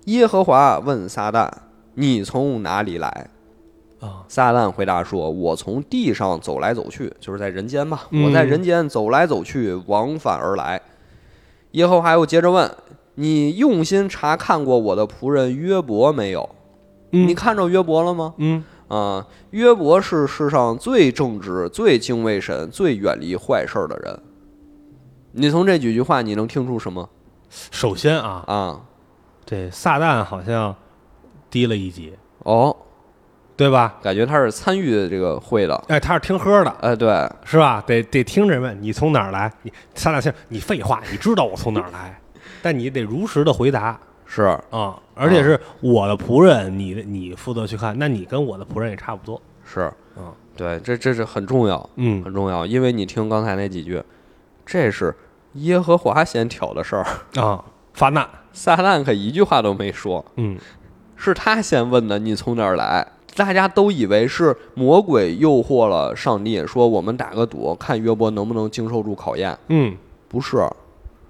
Speaker 1: 耶和华问撒旦：“你从哪里来？”
Speaker 2: 啊，
Speaker 1: 撒旦回答说：“我从地上走来走去，就是在人间吧。
Speaker 2: 嗯
Speaker 1: 我在人间走来走去，往返而来。”耶和华又接着问：“你用心查看过我的仆人约伯没有？你
Speaker 2: 嗯
Speaker 1: 看着约伯了吗？
Speaker 2: 嗯
Speaker 1: 啊，约伯是世上最正直、最敬畏神、最远离坏事儿的人。你从这几句话，你能听出什么
Speaker 2: 首先啊，
Speaker 1: 啊？
Speaker 2: 这撒旦好像低了一级，
Speaker 1: 哦，
Speaker 2: 对吧？
Speaker 1: 感觉他是参与这个会的。
Speaker 2: 哎，他是听喝的，
Speaker 1: 哎，对，
Speaker 2: 是吧？得得听着问你从哪儿来？你撒旦先，你废话，你知道我从哪儿 [LAUGHS] 来，但你得如实的回答
Speaker 1: 是，
Speaker 2: 啊、而且是我的仆人，你你负责去看，那你跟我的仆人也差不多，
Speaker 1: 是，
Speaker 2: 嗯，
Speaker 1: 对，这这是很重要，
Speaker 2: 嗯，
Speaker 1: 很重要，因为你听刚才那几句，这是耶和华先挑的事儿， [LAUGHS]
Speaker 2: 啊，发难，
Speaker 1: 撒旦可一句话都没说，
Speaker 2: 嗯
Speaker 1: 是他先问的，你从哪儿来？大家都以为是魔鬼诱惑了上帝，说我们打个赌，看约伯能不能经受住考验。
Speaker 2: 嗯，
Speaker 1: 不是，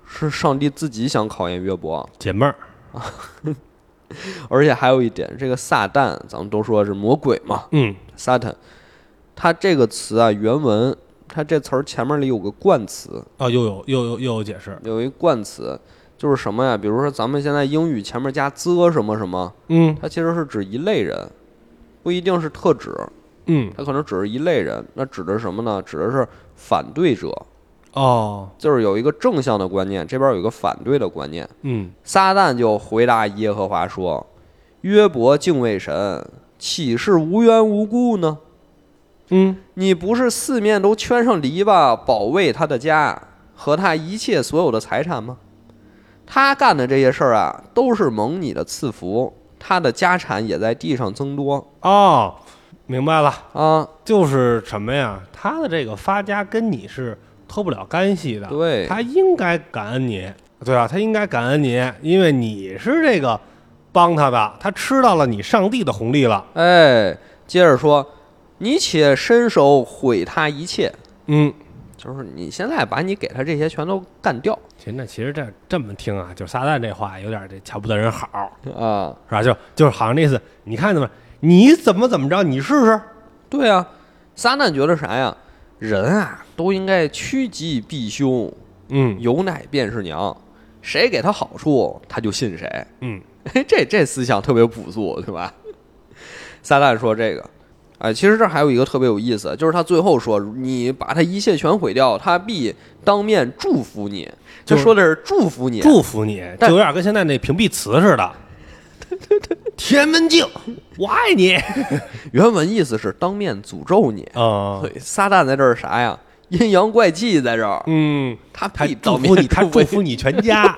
Speaker 1: 是上帝自己想考验约伯。
Speaker 2: 姐妹儿，
Speaker 1: 而且还有一点，这个撒旦，咱们都说是魔鬼嘛，
Speaker 2: 嗯
Speaker 1: 撒旦，它这个词啊，原文它这词儿前面里有个冠词，
Speaker 2: 啊，又有又有又有解释，
Speaker 1: 有一冠词，就是什么呀？比如说咱们现在英语前面加 the 什么什么，
Speaker 2: 嗯
Speaker 1: 它其实是指一类人，不一定是特指，
Speaker 2: 嗯，
Speaker 1: 它可能只是一类人。那指的是什么呢？指的是反对者，
Speaker 2: 哦，
Speaker 1: 就是有一个正向的观念，这边有一个反对的观念。
Speaker 2: 嗯
Speaker 1: 撒旦就回答耶和华说：“约伯敬畏神，岂是无缘无故呢？
Speaker 2: 嗯
Speaker 1: 你不是四面都圈上篱笆，保卫他的家和他一切所有的财产吗？他干的这些事儿啊，都是蒙你的赐福，他的家产也在地上增多
Speaker 2: 哦，明白了，
Speaker 1: 啊。
Speaker 2: 就是什么呀？他的这个发家跟你是脱不了干系的，
Speaker 1: 对
Speaker 2: 他应该感恩你，对啊，他应该感恩你，因为你是这个帮他的，他吃到了你上帝的红利了。
Speaker 1: 哎，接着说，你且伸手毁他一切，
Speaker 2: 嗯，
Speaker 1: 就是你现在把你给他这些全都干掉
Speaker 2: 其实那其实这这么听啊，就撒旦这话有点这瞧不得人好，
Speaker 1: 啊。
Speaker 2: 是吧？就就是好像那意思，你看见没？你怎么怎么着？你试试。
Speaker 1: 对啊，撒旦觉得啥呀？人啊，都应该趋吉避凶，
Speaker 2: 嗯
Speaker 1: 有奶便是娘，谁给他好处，他就信谁。 [LAUGHS]
Speaker 2: 嗯，
Speaker 1: 这这思想特别朴素，对吧？撒旦说这个，哎，其实这还有一个特别有意思，就是他最后说，你把他一切全毁掉，他必当面祝福你。就
Speaker 2: 就
Speaker 1: 是说的是祝福你，
Speaker 2: 祝福你，就
Speaker 1: 但
Speaker 2: 有点跟现在那屏蔽词似的。天安门镜，我爱你。 [LAUGHS]
Speaker 1: 原文意思是当面诅咒你。
Speaker 2: 啊
Speaker 1: 所，以撒旦在这儿是啥呀？阴阳怪气在这儿，
Speaker 2: 嗯，
Speaker 1: 他
Speaker 2: 他
Speaker 1: 必
Speaker 2: 祝
Speaker 1: 当面
Speaker 2: 福
Speaker 1: [LAUGHS]
Speaker 2: 你，他祝
Speaker 1: 你
Speaker 2: 福你全家。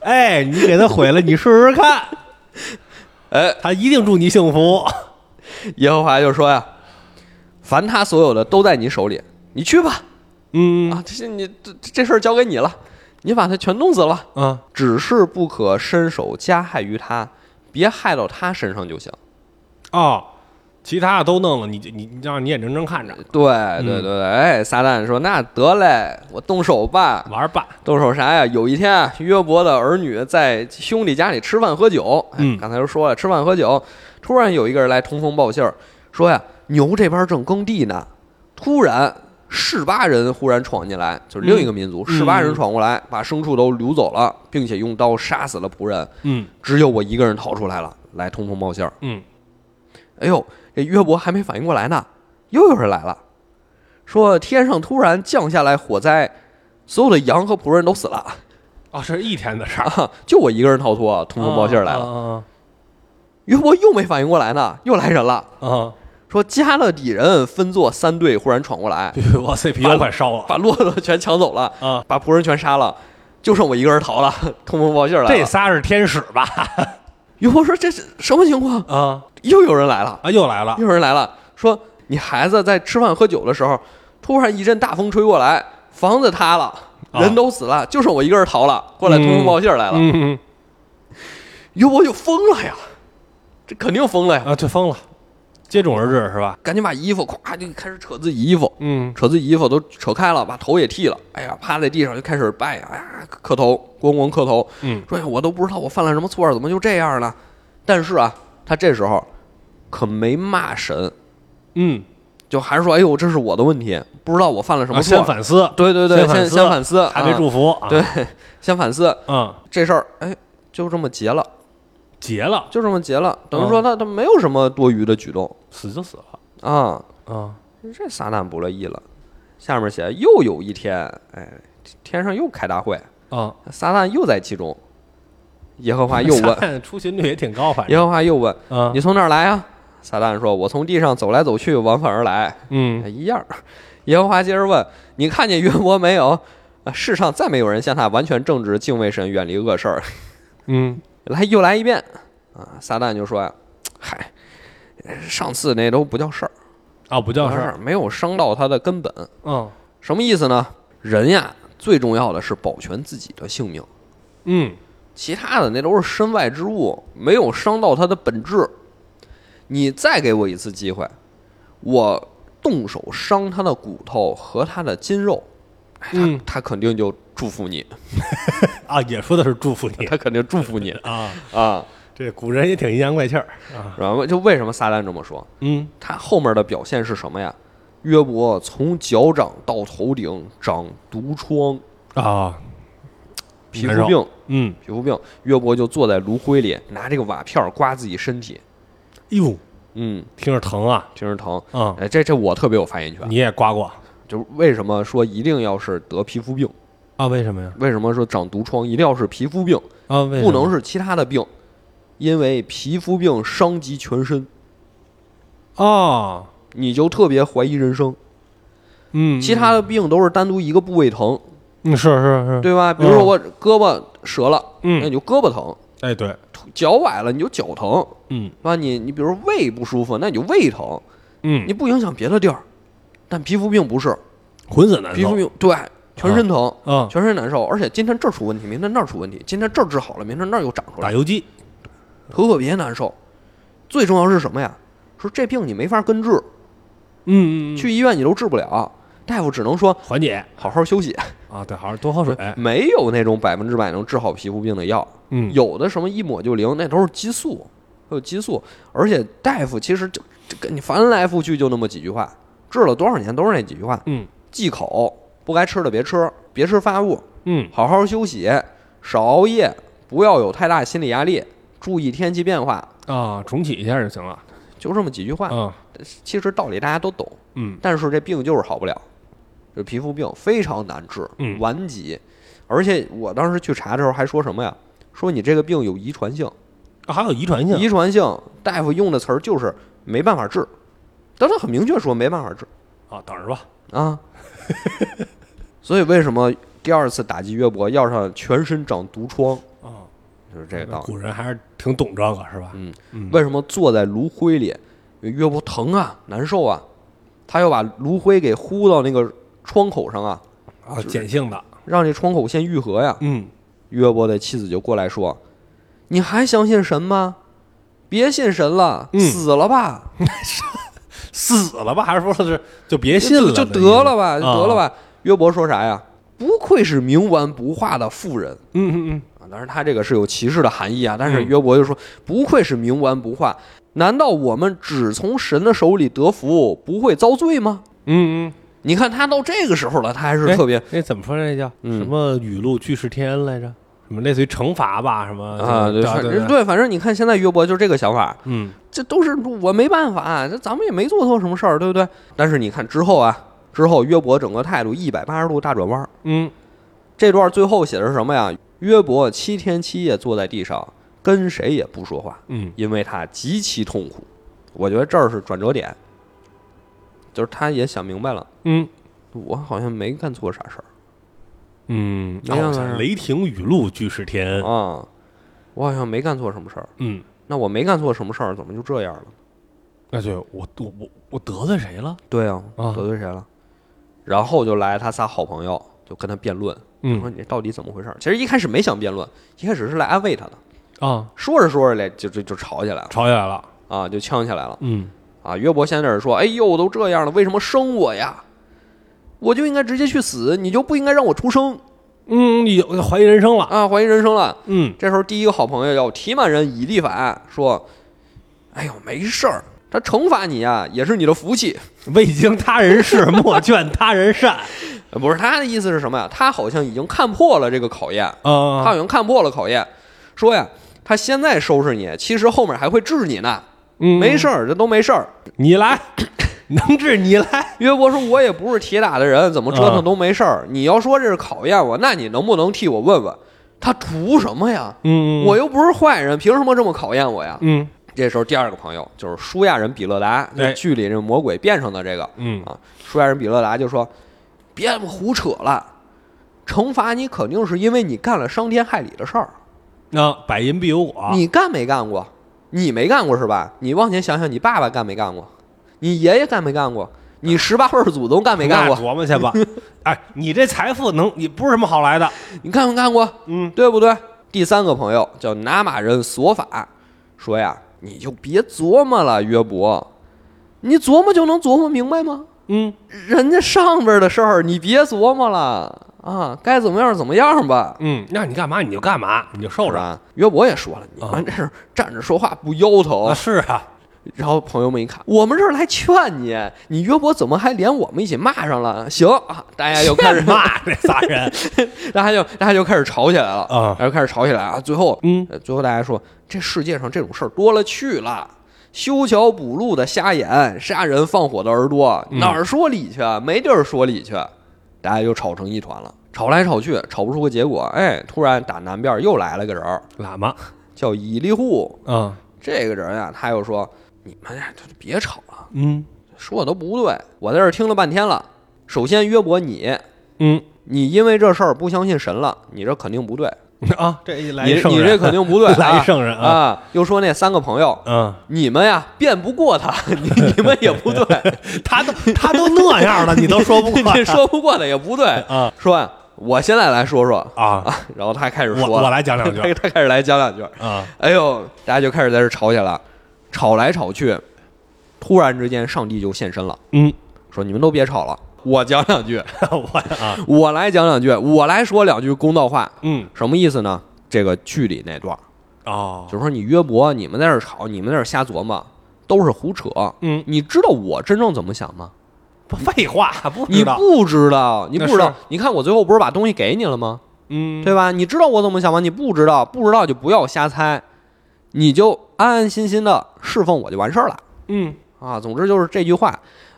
Speaker 2: 哎，你给他毁了，你试试看，
Speaker 1: 哎，
Speaker 2: 他一定祝你幸福。
Speaker 1: 耶和华就说呀：“凡他所有的都在你手里，你去吧。”
Speaker 2: 嗯
Speaker 1: 啊，这些你这这事儿交给你了，你把他全弄死了，
Speaker 2: 啊，
Speaker 1: 只是不可伸手加害于他，别害到他身上就行。
Speaker 2: 哦，其他的都弄了，你你你让你眼睁睁看着
Speaker 1: 对对对对，哎，撒旦说那得嘞，我动手吧，
Speaker 2: 玩儿吧。
Speaker 1: 动手啥呀？有一天啊，约伯的儿女在兄弟家里吃饭喝酒，哎
Speaker 2: 嗯
Speaker 1: 刚才就说了吃饭喝酒，突然有一个人来通风报信儿，说呀牛这边正耕地呢，突然。示巴人忽然闯进来，就是另一个民族。
Speaker 2: 嗯
Speaker 1: 示巴人
Speaker 2: 嗯
Speaker 1: 闯过来，把牲畜都掳走了，并且用刀杀死了仆人。
Speaker 2: 嗯
Speaker 1: 只有我一个人逃出来了，来通风报信儿。
Speaker 2: 嗯，
Speaker 1: 哎呦，这约伯还没反应过来呢，又有人来了，说天上突然降下来火灾，所有的羊和仆人都死了，
Speaker 2: 哦，是一天的
Speaker 1: [LAUGHS]
Speaker 2: 事儿。啊
Speaker 1: 啊、就我一个人逃脱，通风报信儿来了。
Speaker 2: 了
Speaker 1: 约伯又没反应过来呢，又来人了，
Speaker 2: 啊！
Speaker 1: 说加勒底人分作三
Speaker 2: [LAUGHS] 哎
Speaker 1: 队，忽然闯过来， [LAUGHS]
Speaker 2: 哇塞，皮都快烧了
Speaker 1: 把骆驼全抢走了，
Speaker 2: 啊！
Speaker 1: 把仆人全杀了。就剩我一个人逃了， [LAUGHS] 通风报信来
Speaker 2: 这
Speaker 1: 了。
Speaker 2: 仨是天使
Speaker 1: [LAUGHS]
Speaker 2: 吧？
Speaker 1: 于婆说：“这是什么情况？
Speaker 2: 啊
Speaker 1: 又有人来了，
Speaker 2: 啊，又来了
Speaker 1: 又有人来了，说你孩子在吃饭喝酒的时候，突然一阵大风吹过来，房子塌了，
Speaker 2: 啊
Speaker 1: 人都死了，就剩我一个人逃了，过来通风报信来了。
Speaker 2: 嗯嗯
Speaker 1: 于婆就疯了呀，这肯定疯了呀，
Speaker 2: 嗯啊，对，疯了，接踵而至是吧？
Speaker 1: 赶紧把衣服咵就开始扯自己衣服，
Speaker 2: 嗯
Speaker 1: 扯自己衣服都扯开了，把头也剃了，哎呀，趴在地上就开始拜呀，哎呀，磕头，咣咣磕头，
Speaker 2: 嗯
Speaker 1: 说哎呀，我都不知道我犯了什么错，怎么就这样呢？但是啊，他这时候可没骂神，
Speaker 2: 嗯，
Speaker 1: 就还是说，哎呦，这是我的问题，不知道我犯了什么
Speaker 2: 啊
Speaker 1: 错。
Speaker 2: 先反思，
Speaker 1: 对对对，先
Speaker 2: 先反思
Speaker 1: 先反思，
Speaker 2: 还没
Speaker 1: 啊
Speaker 2: 祝福啊？
Speaker 1: 对，先反思
Speaker 2: 嗯，
Speaker 1: 这事儿，哎，就这么结了，
Speaker 2: 结了，
Speaker 1: 就这么结了，等于
Speaker 2: 嗯
Speaker 1: 说他他没有什么多余的举动
Speaker 2: 死就死了
Speaker 1: 啊。
Speaker 2: 啊，
Speaker 1: 这撒旦不乐意了，下面写又有一天，哎，天上又开大会，
Speaker 2: 啊，
Speaker 1: 撒旦又在其中。耶和华又问，
Speaker 2: [LAUGHS] 看出勤率也挺高，反
Speaker 1: 耶
Speaker 2: 正
Speaker 1: 和华又问，
Speaker 2: 啊，
Speaker 1: 你从哪儿来啊？撒旦说：“我从地上走来走去，往返而来，哎
Speaker 2: 嗯
Speaker 1: 一样。”耶和华接着问：“你看见约伯没有？啊，世上再没有人像他完全正直，敬畏神，远离恶事儿。
Speaker 2: 嗯
Speaker 1: 来，又来一遍啊！”撒旦就说：“呀，嗨，上次那都不叫事儿，
Speaker 2: 啊，不叫事儿，
Speaker 1: 儿，没有伤到他的根本。
Speaker 2: 嗯
Speaker 1: 什么意思呢？人呀，最重要的是保全自己的性命，
Speaker 2: 嗯
Speaker 1: 其他的那都是身外之物，没有伤到他的本质。你再给我一次机会，我动手伤他的骨头和他的筋肉，哎他、
Speaker 2: 嗯
Speaker 1: 他肯定就祝福
Speaker 2: [LAUGHS]
Speaker 1: 你，
Speaker 2: 啊，也说的是祝福 [LAUGHS] 你
Speaker 1: 他肯定祝福你
Speaker 2: 啊，
Speaker 1: 啊。
Speaker 2: 这古人也挺阴阳怪气儿啊，
Speaker 1: 然后就为什么撒旦这么说？
Speaker 2: 嗯
Speaker 1: 他后面的表现是什么呀？约伯从脚掌到头顶长毒疮，
Speaker 2: 啊，
Speaker 1: 皮
Speaker 2: 难
Speaker 1: 肤
Speaker 2: 受
Speaker 1: 病，
Speaker 2: 嗯，
Speaker 1: 皮肤病。约伯就坐在炉灰里，拿这个瓦片儿刮自己身体，
Speaker 2: 哟，
Speaker 1: 嗯，
Speaker 2: 哎听着疼啊，
Speaker 1: 听着疼。
Speaker 2: 啊，
Speaker 1: 哎，这这我特别有发言权。
Speaker 2: 你也刮过
Speaker 1: 就是为什么说一定要是得皮肤病？
Speaker 2: 啊？为什么呀？
Speaker 1: 为什么说长毒疮一定要是皮肤病，
Speaker 2: 啊，为
Speaker 1: 不
Speaker 2: 什么
Speaker 1: 能是其他的病？因为皮肤病伤及全身，
Speaker 2: 哦，
Speaker 1: 你就特别怀疑人生。
Speaker 2: 嗯，
Speaker 1: 其他的病都是单独一个部位疼，
Speaker 2: 嗯是是是，，
Speaker 1: 对吧？比如说我胳膊折了，那你
Speaker 2: 嗯，
Speaker 1: 就胳膊疼；
Speaker 2: 哎对，
Speaker 1: 脚崴了，你就脚疼，
Speaker 2: 嗯
Speaker 1: 是吧？你你比如胃不舒服，那你就胃疼。
Speaker 2: 嗯，
Speaker 1: 你不影响别的地儿，但皮肤病不是，
Speaker 2: 浑身难
Speaker 1: 皮肤
Speaker 2: 受
Speaker 1: 病对全身疼，
Speaker 2: 啊，
Speaker 1: 全身难受，而且今天这儿出问题，明天那儿出问题，今天这儿治好了，明天那儿又长出
Speaker 2: 打
Speaker 1: 来，
Speaker 2: 游击，
Speaker 1: 特别难受。最重要是什么呀？说这病你没法根治，
Speaker 2: 嗯嗯，嗯
Speaker 1: 去医院你都治不了，大夫只能说
Speaker 2: 缓解
Speaker 1: 好好休息。
Speaker 2: 啊，对，好好多喝水，
Speaker 1: 没有那种百分之百能治好皮肤病的药，
Speaker 2: 嗯，
Speaker 1: 有的什么一抹就灵，那都是激素，还有激素。而且大夫其实就就跟你翻来覆去就那么几句话，治了多少年都是那几句话。
Speaker 2: 嗯
Speaker 1: 忌口，不该吃的别吃，别吃发物，
Speaker 2: 嗯
Speaker 1: 好好休息，少熬夜，不要有太大心理压力，注意天气变化，
Speaker 2: 啊，重启一下就行了
Speaker 1: 就这么几句话。
Speaker 2: 啊，
Speaker 1: 其实道理大家都懂，
Speaker 2: 嗯
Speaker 1: 但是这病就是好不了，这皮肤病非常难治，
Speaker 2: 嗯
Speaker 1: 顽疾。而且我当时去查的时候还说什么呀？说你这个病有遗传性，
Speaker 2: 啊，还有遗传性
Speaker 1: 遗传性，大夫用的词儿就是没办法治，但他很明确说没办法治
Speaker 2: 啊，等着吧，
Speaker 1: 啊。 [LAUGHS] 所以为什么第二次打击约伯要上全身长毒疮，
Speaker 2: 啊，
Speaker 1: 就是这个道理。
Speaker 2: 古人还是挺懂这个是吧？
Speaker 1: 嗯
Speaker 2: 嗯
Speaker 1: 为什么坐在炉灰里，约伯疼啊，难受啊，他要把炉灰给呼到那个窗口上啊，
Speaker 2: 啊，碱性的，
Speaker 1: 让这窗口先愈合呀。
Speaker 2: 嗯
Speaker 1: 约伯的妻子就过来说：“你还相信神吗？别信神了，
Speaker 2: 嗯
Speaker 1: 死了吧，
Speaker 2: 死了吧？还是说是就别
Speaker 1: 别
Speaker 2: 信了，
Speaker 1: 就得了吧，
Speaker 2: 这意
Speaker 1: 就
Speaker 2: 思
Speaker 1: 得了。
Speaker 2: 啊
Speaker 1: 吧。”约伯说啥呀？不愧是冥顽不化的妇人
Speaker 2: 嗯嗯
Speaker 1: 啊！当然，他这个是有歧视的含义啊。但是
Speaker 2: 嗯
Speaker 1: 约伯就说：“不愧是冥顽不化，难道我们只从神的手里得福，不会遭罪吗？”
Speaker 2: 嗯嗯
Speaker 1: 你看他到这个时候了，他还
Speaker 2: 嗯，
Speaker 1: 是特别
Speaker 2: 哎那怎么说那叫
Speaker 1: 嗯
Speaker 2: 什么语录句式天恩来着？什么类似于惩罚吧？什么
Speaker 1: 啊，
Speaker 2: 嗯对
Speaker 1: 对，
Speaker 2: 吧
Speaker 1: 反
Speaker 2: 对
Speaker 1: 正
Speaker 2: 吧，
Speaker 1: 对，反正你看现在约伯就这个想法，
Speaker 2: 嗯
Speaker 1: 这都是我没办法，啊这咱们也没做错什么事儿，对不对？但是你看之后啊，之后约伯整个态度一百八十度大转弯儿。
Speaker 2: 嗯
Speaker 1: 这段最后写的是什么呀？约伯七天七夜坐在地上，跟谁也不说话，
Speaker 2: 嗯
Speaker 1: 因为他极其痛苦。我觉得这儿是转折点，就是他也想明白了，
Speaker 2: 嗯
Speaker 1: 我好像没干错啥事儿，
Speaker 2: 嗯，
Speaker 1: 没想
Speaker 2: 哦
Speaker 1: 到是
Speaker 2: 雷霆雨露俱是天，
Speaker 1: 啊，我好像没干错什么事儿。
Speaker 2: 嗯，
Speaker 1: 那我没干错什么事儿，怎么就这样了？
Speaker 2: 那对我我我我得罪谁了？
Speaker 1: 对啊，
Speaker 2: 啊
Speaker 1: 得罪谁了？然后就来他仨好朋友，就跟他辩论，说
Speaker 2: 嗯
Speaker 1: 你到底怎么回事儿？其实一开始没想辩论，一开始是来安慰他的。
Speaker 2: 啊，
Speaker 1: 说着说着嘞，就就就吵起来了
Speaker 2: 吵起来了，
Speaker 1: 啊，就呛起来了
Speaker 2: 嗯
Speaker 1: 啊。约伯先生说：“哎呦，都这样了，为什么生我呀？我就应该直接去死，你就不应该让我出生
Speaker 2: 嗯，你怀疑人生了，
Speaker 1: 啊！怀疑人生了。”
Speaker 2: 嗯
Speaker 1: 这时候，第一个好朋友叫提曼人以利法说：“哎呦，没事儿，他惩罚你啊，也是你的福气。
Speaker 2: 未经他人事，莫劝他人善
Speaker 1: 呃不是他的意思是什么呀？他好像已经看破了这个考验，他
Speaker 2: [LAUGHS] 啊
Speaker 1: 好，像看破了考验，说呀，他现在收拾你，其实后面还会治你呢。
Speaker 2: 嗯
Speaker 1: 没事儿，这都没事儿。”
Speaker 2: 你 [COUGHS] 来，能治你来，
Speaker 1: 约伯说：“我也不是铁打的人，怎么折腾都没事儿。
Speaker 2: 嗯
Speaker 1: 你要说这是考验我，那你能不能替我问问，他图什么呀？
Speaker 2: 嗯
Speaker 1: 我又不是坏人，凭什么这么考验我呀？”
Speaker 2: 嗯
Speaker 1: 这时候，第二个朋友就是舒亚人比勒达，
Speaker 2: 哎
Speaker 1: 剧里这魔鬼变成的这个
Speaker 2: 嗯
Speaker 1: 啊，舒亚人比勒达就说：“别他妈胡扯了，惩罚你肯定是因为你干了伤天害理的事儿，
Speaker 2: 那啊百因必有我，
Speaker 1: 你干没干过？你没干过是吧？你往前想想，你爸爸干没干过？你爷爷干没干过？你十八辈儿祖宗干没干过
Speaker 2: 那？琢磨去 [LAUGHS] 吧。哎，你这财富能，你不是什么好来的，
Speaker 1: 你干没干过？
Speaker 2: 嗯，
Speaker 1: 对不对？第三个朋友叫拿马人索法，说呀，你就别琢磨了，约伯，你琢磨就能琢磨明白吗？
Speaker 2: 嗯
Speaker 1: 人家上边的事儿你别琢磨了啊，该怎么样怎么样吧，
Speaker 2: 嗯，让你干嘛你就干嘛，你就受
Speaker 1: 是
Speaker 2: 着。
Speaker 1: 吧？约伯也说了，你
Speaker 2: 啊
Speaker 1: 们这是站着说话不腰疼。
Speaker 2: 啊，是啊，
Speaker 1: 然后朋友们一看，我们这儿来劝你，你约伯怎么还连我们一起骂上了？行啊，大
Speaker 2: 哎
Speaker 1: 家就开始
Speaker 2: 欠， [LAUGHS] 骂这仨人
Speaker 1: 大家就大家就开始吵起来了，
Speaker 2: 啊，
Speaker 1: 然后开始吵起来啊，最后
Speaker 2: [LAUGHS] 嗯
Speaker 1: 呃最后大家说，这世界上这种事儿多了去了，修桥补路的瞎眼，杀人放火的耳朵，
Speaker 2: 嗯
Speaker 1: 哪儿说理去？啊没地儿说理去，大家就吵成一团了，吵来吵去，吵不出个结果。哎，突然打南边又来了个人儿，
Speaker 2: 喇嘛
Speaker 1: 叫以利户。
Speaker 2: 啊，
Speaker 1: 这个人呀、他又说：“你们呀，就别吵了，
Speaker 2: 嗯
Speaker 1: 说的都不对。我在这儿听了半天了。首先，约伯你，
Speaker 2: 嗯
Speaker 1: 你因为这事儿不相信神了，你这肯定不对，
Speaker 2: 啊，这一来
Speaker 1: 你
Speaker 2: 一圣
Speaker 1: 你
Speaker 2: 人
Speaker 1: 这肯定不对，
Speaker 2: [LAUGHS] 来
Speaker 1: 啊
Speaker 2: 一圣人啊，
Speaker 1: 啊，又说那三个朋友，
Speaker 2: 嗯，
Speaker 1: 你们呀辩不过他， [LAUGHS] 你你们也不
Speaker 2: [LAUGHS]
Speaker 1: 对，
Speaker 2: 他都他都那样 [LAUGHS] 了，你都说不过
Speaker 1: 你说不过他也不对。
Speaker 2: 啊
Speaker 1: 说呀，我现在来说说
Speaker 2: 啊，
Speaker 1: 啊，然后他开始
Speaker 2: 我
Speaker 1: 说
Speaker 2: 我
Speaker 1: 了，
Speaker 2: 来讲两句
Speaker 1: 他 [LAUGHS] 他开始来讲两句，
Speaker 2: 啊，
Speaker 1: 哎呦，大家就开始在这吵起来了，吵来吵去，突然之间上帝就现身了，
Speaker 2: 嗯，
Speaker 1: 说你们都别吵了，我讲两句，
Speaker 2: [LAUGHS] 我啊，
Speaker 1: 我来讲两句，我来说两句公道话，
Speaker 2: 嗯
Speaker 1: 什么意思呢？这个剧里那段儿，
Speaker 2: 哦，
Speaker 1: 就是说你约伯，你们在这儿吵，你们在这儿瞎琢磨，都是胡扯。
Speaker 2: 嗯，
Speaker 1: 你知道我真正怎么想吗？
Speaker 2: 不废话，不
Speaker 1: 你
Speaker 2: 知道，
Speaker 1: 不知道，你
Speaker 2: 那
Speaker 1: 不知道
Speaker 2: 是。
Speaker 1: 你看我最后不是把东西给你了吗？
Speaker 2: 嗯，
Speaker 1: 对吧？你知道我怎么想吗？你不知道，不知道就不要瞎猜，你就安安心心的侍奉我就完事儿了
Speaker 2: 嗯
Speaker 1: 啊。总之就是这句话。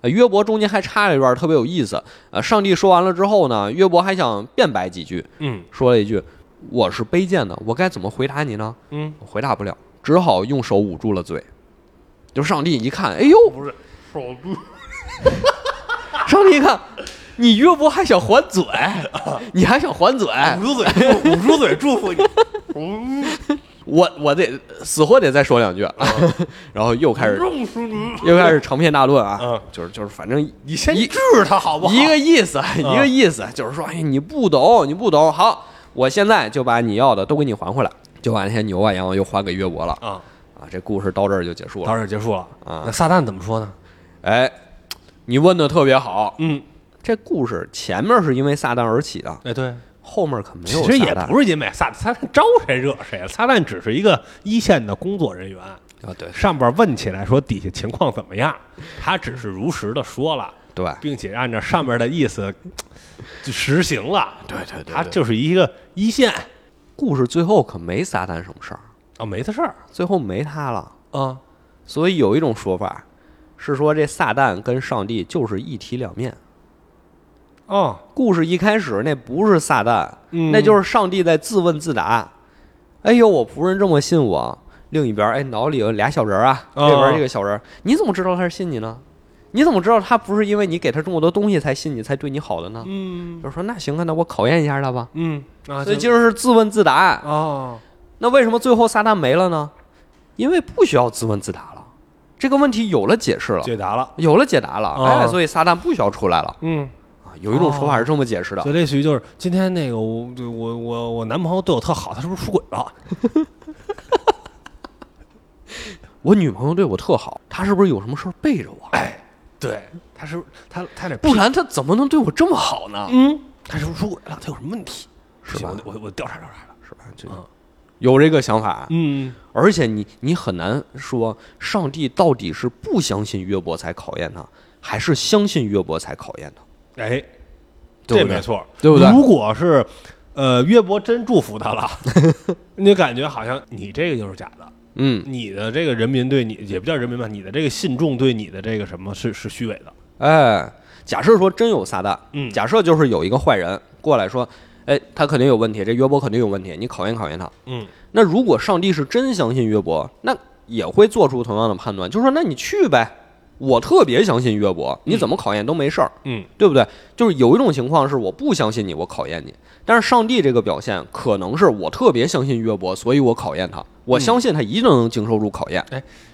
Speaker 1: 呃约伯中间还插了一段特别有意思。呃，上帝说完了之后呢，约伯还想辩白几句，
Speaker 2: 嗯
Speaker 1: 说了一句：“我是卑贱的，我该怎么回答你呢？”
Speaker 2: 嗯，
Speaker 1: 我回答不了，只好用手捂住了嘴。就上帝一看，哎呦，
Speaker 2: 不是手不
Speaker 1: 上帝一看，你约伯还想还
Speaker 2: [LAUGHS]
Speaker 1: 嘴，你还想还嘴，
Speaker 2: 捂住嘴，捂住嘴，祝福你，嗯，
Speaker 1: 我我得死活得再说两句，啊
Speaker 2: 嗯
Speaker 1: [LAUGHS] 然后又开始
Speaker 2: 用死你，
Speaker 1: 又开始长篇大论啊，
Speaker 2: 嗯，
Speaker 1: 就是就是反正
Speaker 2: 你先
Speaker 1: 一
Speaker 2: 治他好嗯不好？
Speaker 1: 一个意思啊一个意思，就是说，哎，你不懂，你不懂，好，我现在就把你要的都给你还回来，就把那些牛啊羊啊又还给约伯了
Speaker 2: 啊，
Speaker 1: 啊，这故事到这儿就结束
Speaker 2: 到
Speaker 1: 了。
Speaker 2: 这儿结束了
Speaker 1: 啊
Speaker 2: 那撒旦怎么说呢？
Speaker 1: 哎，你问的特别好，
Speaker 2: 嗯，
Speaker 1: 这故事前面是因为撒旦而起的，
Speaker 2: 哎对，
Speaker 1: 后面可没有
Speaker 2: 其实也
Speaker 1: 撒旦
Speaker 2: 不是因为撒撒旦招谁惹谁了，撒旦只是一个一线的工作人员，
Speaker 1: 啊，对
Speaker 2: 上边问起来说底下情况怎么样，他只是如实的说了，
Speaker 1: 对
Speaker 2: 并且按照上边的意思就实行了。
Speaker 1: 对对
Speaker 2: 他就是一个一线
Speaker 1: 故事最后可没撒旦什么事儿，
Speaker 2: 啊，没他事儿
Speaker 1: 最后没他了。
Speaker 2: 啊，
Speaker 1: 所以有一种说法是说，这撒旦跟上帝就是一体两面。
Speaker 2: 哦，
Speaker 1: 故事一开始那不是撒旦，
Speaker 2: 嗯
Speaker 1: 那就是上帝在自问自答。哎呦，我仆人这么信我。另一边，哎，脑里有俩小人儿啊，
Speaker 2: 哦
Speaker 1: 这边这个小人儿，你怎么知道他是信你呢？你怎么知道他不是因为你给他这么多东西才信你，才对你好的呢？
Speaker 2: 嗯
Speaker 1: 就说那行啊，那我考验一下他吧。
Speaker 2: 嗯啊，
Speaker 1: 所以就是自问自答。
Speaker 2: 哦，
Speaker 1: 那为什么最后撒旦没了呢？因为不需要自问自答了，这个问题有了解释了，
Speaker 2: 解答了，
Speaker 1: 有了解答了，
Speaker 2: 哦
Speaker 1: 哎，所以撒旦不需要出来了。
Speaker 2: 嗯，
Speaker 1: 啊有一种说法是这么解释的，
Speaker 2: 就类似于就是今天那个我对我我我男朋友对我特好，他是不是出轨了？
Speaker 1: 我女朋友对我特好，她是不是有什么事儿背着我？哎，
Speaker 2: 对，他是不是他他得
Speaker 1: 不然她怎么能对我这么好呢？
Speaker 2: 嗯，他是不是出轨了？他有什么问题？
Speaker 1: 是吧
Speaker 2: 不行我得我我调查调查了。
Speaker 1: 是吧？这
Speaker 2: 嗯
Speaker 1: 有这个想法，啊
Speaker 2: 嗯，
Speaker 1: 而且你你很难说上帝到底是不相信约伯才考验他，还是相信约伯才考验他，
Speaker 2: 哎，
Speaker 1: 对
Speaker 2: 这
Speaker 1: 不对
Speaker 2: 没错，
Speaker 1: 对不对
Speaker 2: 如果是呃约伯真祝福他了， [LAUGHS] 你就感觉好像你这个就是假的，
Speaker 1: 嗯，
Speaker 2: 你的这个人民对你也不叫人民吧，你的这个信众对你的这个什么是是虚伪的。
Speaker 1: 哎，假设说真有撒旦，
Speaker 2: 嗯
Speaker 1: 假设就是有一个坏人过来说，哎，他肯定有问题，这约伯肯定有问题，你考验考验他。
Speaker 2: 嗯，
Speaker 1: 那如果上帝是真相信约伯，那也会做出同样的判断，就说那你去呗，我特别相信约伯，你怎么考验都没事儿，
Speaker 2: 嗯，
Speaker 1: 对不对？就是有一种情况是我不相信你，我考验你，但是上帝这个表现可能是我特别相信约伯，所以我考验他，我相信他一定能经受住考验。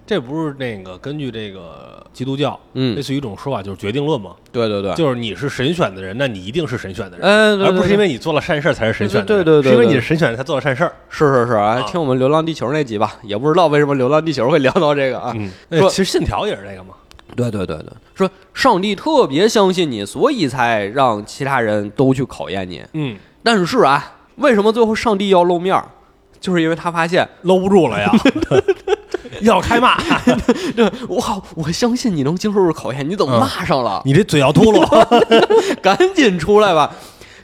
Speaker 2: 这不是那个根据这个基督教
Speaker 1: 嗯
Speaker 2: 类，似于一种说法，就是决定论嘛，
Speaker 1: 对对对，
Speaker 2: 就是你是神选的人，那你一定是神选的人。
Speaker 1: 嗯，对
Speaker 2: 而不是因
Speaker 1: 对
Speaker 2: 为你做了善事儿才是神选的
Speaker 1: 对
Speaker 2: 人，
Speaker 1: 对对对
Speaker 2: 是因为
Speaker 1: 对
Speaker 2: 你是神选的才做了善事儿。
Speaker 1: 是是是，哎，
Speaker 2: 啊
Speaker 1: 听我们《流浪地球》那集吧，也不知道为什么《流浪地球》会聊到这个啊。
Speaker 2: 嗯，
Speaker 1: 说
Speaker 2: 那其实信条也是这个嘛。
Speaker 1: 对对对对，说上帝特别相信你，所以才让其他人都去考验你。
Speaker 2: 嗯，
Speaker 1: 但是啊，为什么最后上帝要露面儿？就是因为他发现， [LAUGHS]
Speaker 2: 搂不住了呀，要开骂，
Speaker 1: 哇，我相信你能经受住考 [LAUGHS] 验，你
Speaker 2: 嗯
Speaker 1: 怎么骂上了？
Speaker 2: 你这嘴要 [LAUGHS] 秃噜。
Speaker 1: 赶紧出来吧，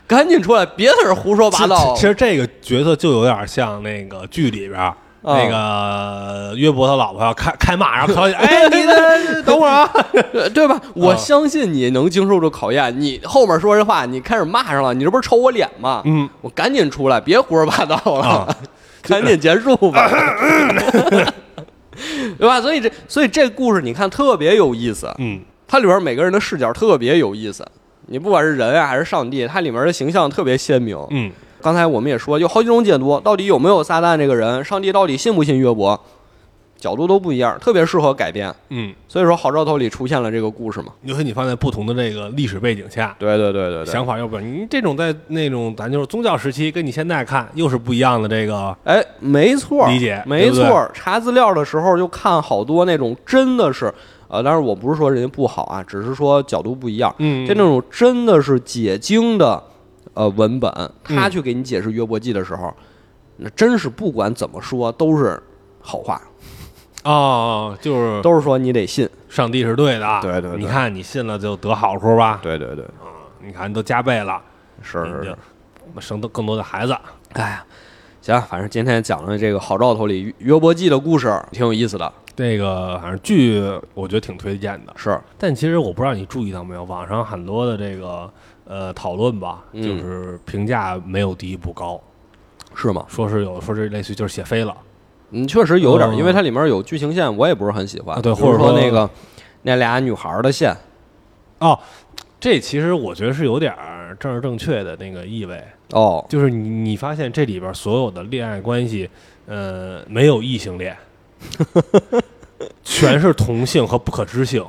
Speaker 1: 赶紧出来，别在这儿胡说八道
Speaker 2: 其。其实这个角色就有点像那个剧里
Speaker 1: 啊
Speaker 2: 边儿。那个约伯他老婆要开开骂，然
Speaker 1: [LAUGHS]
Speaker 2: 后考哎，你的 [LAUGHS] 等会儿啊，
Speaker 1: 呃 [LAUGHS] 对吧？我相信你能经受住考验。你后面说这话，你开始骂上了，你这不是瞅我脸吗？
Speaker 2: 嗯
Speaker 1: 我赶紧出来，别胡说八道了，
Speaker 2: 啊
Speaker 1: [LAUGHS] 赶紧结束
Speaker 2: [LAUGHS]
Speaker 1: 吧， [LAUGHS] 对吧？所以这所以这故事你看特别有意思，
Speaker 2: 嗯，
Speaker 1: 它里边每个人的视角特别有意思。你不管是人啊还是上帝，它里面的形象特别鲜明。
Speaker 2: 嗯
Speaker 1: 刚才我们也说，有好几种解读，到底有没有撒旦这个人，上帝到底信不信约伯，角度都不一样，特别适合改编。
Speaker 2: 嗯，
Speaker 1: 所以说，《好兆头》里出现了这个故事嘛。
Speaker 2: 尤其你放在不同的这个历史背景下，
Speaker 1: 对对对对对。
Speaker 2: 想法又不一样。你这种在那种咱就是宗教时期，跟你现在看又是不一样的这个，
Speaker 1: 哎，没错儿，
Speaker 2: 理解
Speaker 1: 没错
Speaker 2: 对不
Speaker 1: 儿。查资料的时候就看好多那种真的是，呃，当然我不是说人家不好啊，只是说角度不一样。
Speaker 2: 嗯
Speaker 1: 这那种真的是解经的，呃，文本，他去给你解释约伯记的时候，那真是不管怎么说都是好话，
Speaker 2: 哦，就是
Speaker 1: 都是说你得信。
Speaker 2: 上帝是对的，啊
Speaker 1: 对对对
Speaker 2: 你看你信了就得好处吧，
Speaker 1: 对对对，
Speaker 2: 你看都加倍了，
Speaker 1: 是是是。
Speaker 2: 你就生更多的孩子，
Speaker 1: 哎呀，行，反正今天讲的这个《好兆头》里约伯记的故事挺有意思的，
Speaker 2: 这个反正剧我觉得挺推荐的，
Speaker 1: 是
Speaker 2: 但其实我不知道你注意到没有，网上很多的这个呃讨论吧，
Speaker 1: 嗯
Speaker 2: 就是评价没有第一部高，
Speaker 1: 是吗？
Speaker 2: 说是有说是类似于就是写飞了，
Speaker 1: 嗯，确实有点儿，
Speaker 2: 嗯
Speaker 1: 因为它里面有剧情线，我也不是很喜欢。
Speaker 2: 啊对
Speaker 1: 比如
Speaker 2: 或者
Speaker 1: 说
Speaker 2: 说
Speaker 1: 那个那俩女孩儿的线，
Speaker 2: 哦这其实我觉得是有点儿政治正确的那个意味，
Speaker 1: 哦，
Speaker 2: 就是你你发现这里边所有的恋爱关系，呃，没有异性恋，全是同性和不可
Speaker 1: [LAUGHS]
Speaker 2: 知性，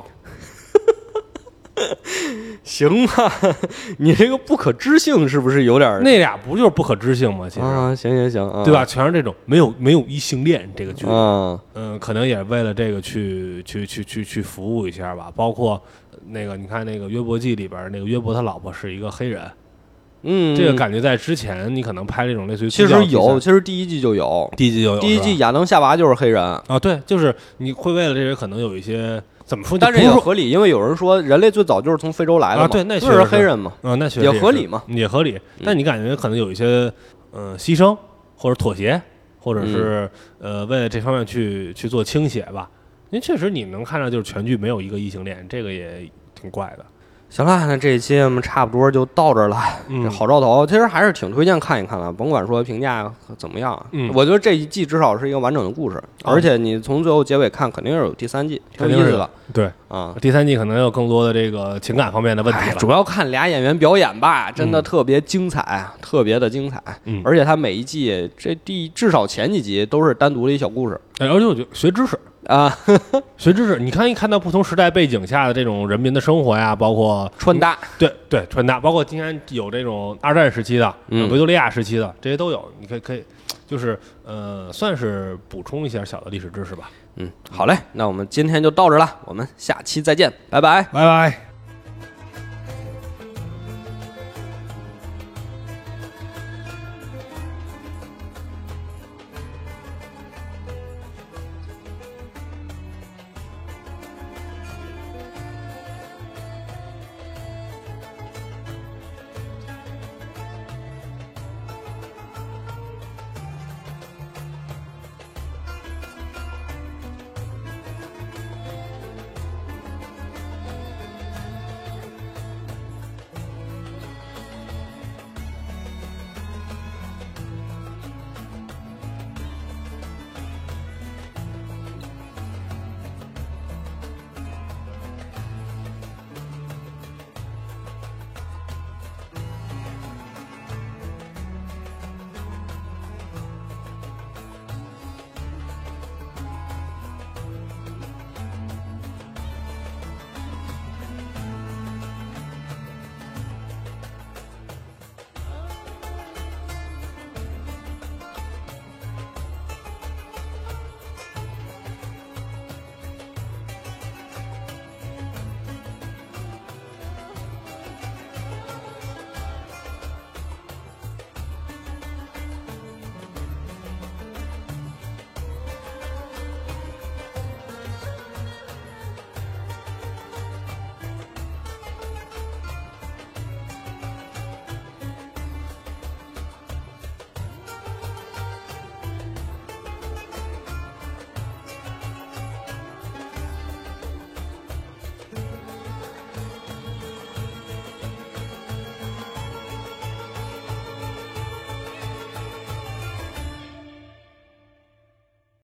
Speaker 1: 行啊吧， [LAUGHS] 你这个不可知性是不是有点儿
Speaker 2: 那俩不就是不可知性吗？其实。
Speaker 1: 啊？行行行，啊
Speaker 2: 对吧？？全是这种没有没有异性恋这个剧，
Speaker 1: 嗯，
Speaker 2: 嗯，可能也为了这个去去去去去服务一下吧。包括呃那个，你看那个《约伯记》里边儿，那个约伯他老婆是一个黑人，
Speaker 1: 嗯，
Speaker 2: 这个感觉在之前你可能拍这种类似于
Speaker 1: 其
Speaker 2: 宗教
Speaker 1: 实
Speaker 2: 题
Speaker 1: 有，
Speaker 2: 材
Speaker 1: 其实第一季就有，
Speaker 2: 第一季就有，
Speaker 1: 第一
Speaker 2: 是吧
Speaker 1: 季亚当夏娃就是黑人，
Speaker 2: 啊，对，就是你会为了这个可能有一些怎么说，
Speaker 1: 但
Speaker 2: 就是不
Speaker 1: 也
Speaker 2: 是说
Speaker 1: 合理，因为有人说人类最早就是从非洲来的嘛，
Speaker 2: 啊对那
Speaker 1: 就
Speaker 2: 确实
Speaker 1: 是
Speaker 2: 是
Speaker 1: 黑人嘛，
Speaker 2: 啊，那确实
Speaker 1: 也
Speaker 2: 是
Speaker 1: 合理嘛，嗯
Speaker 2: 也合理。但你感觉可能有一些嗯牺牲或者妥协，或者是
Speaker 1: 嗯
Speaker 2: 呃为了这方面去去做倾斜吧。因为确实你能看到，就是全剧没有一个异性恋，这个也挺怪的。
Speaker 1: 行了，那这一期我们差不多就到这儿了。
Speaker 2: 嗯
Speaker 1: 这好兆头其实还是挺推荐看一看的，甭管说评价怎么样啊，
Speaker 2: 嗯
Speaker 1: 我觉得这一季至少是一个完整的故事，而且你从最后结尾看，肯定是有第三季，挺有意思的
Speaker 2: 对，
Speaker 1: 啊。
Speaker 2: 第三季可能有更多的这个情感方面的问题
Speaker 1: 哎
Speaker 2: 了。
Speaker 1: 主要看俩演员表演吧，真的特别精彩，特别的精彩。
Speaker 2: 嗯
Speaker 1: 而且他每一季这第至少前几集都是单独的一小故事
Speaker 2: 哎而且我觉得学知识，
Speaker 1: 啊，
Speaker 2: 学知识，你看一看到不同时代背景下的这种人民的生活呀，包括
Speaker 1: 穿搭。
Speaker 2: 对对穿搭，包括今天有这种二战时期的、
Speaker 1: 嗯
Speaker 2: 维多利亚时期的，这些都有。你可以可以，就是呃，算是补充一下小的历史知识吧。
Speaker 1: 嗯，好嘞，那我们今天就到这儿了，我们下期再见，拜拜。
Speaker 2: 拜拜。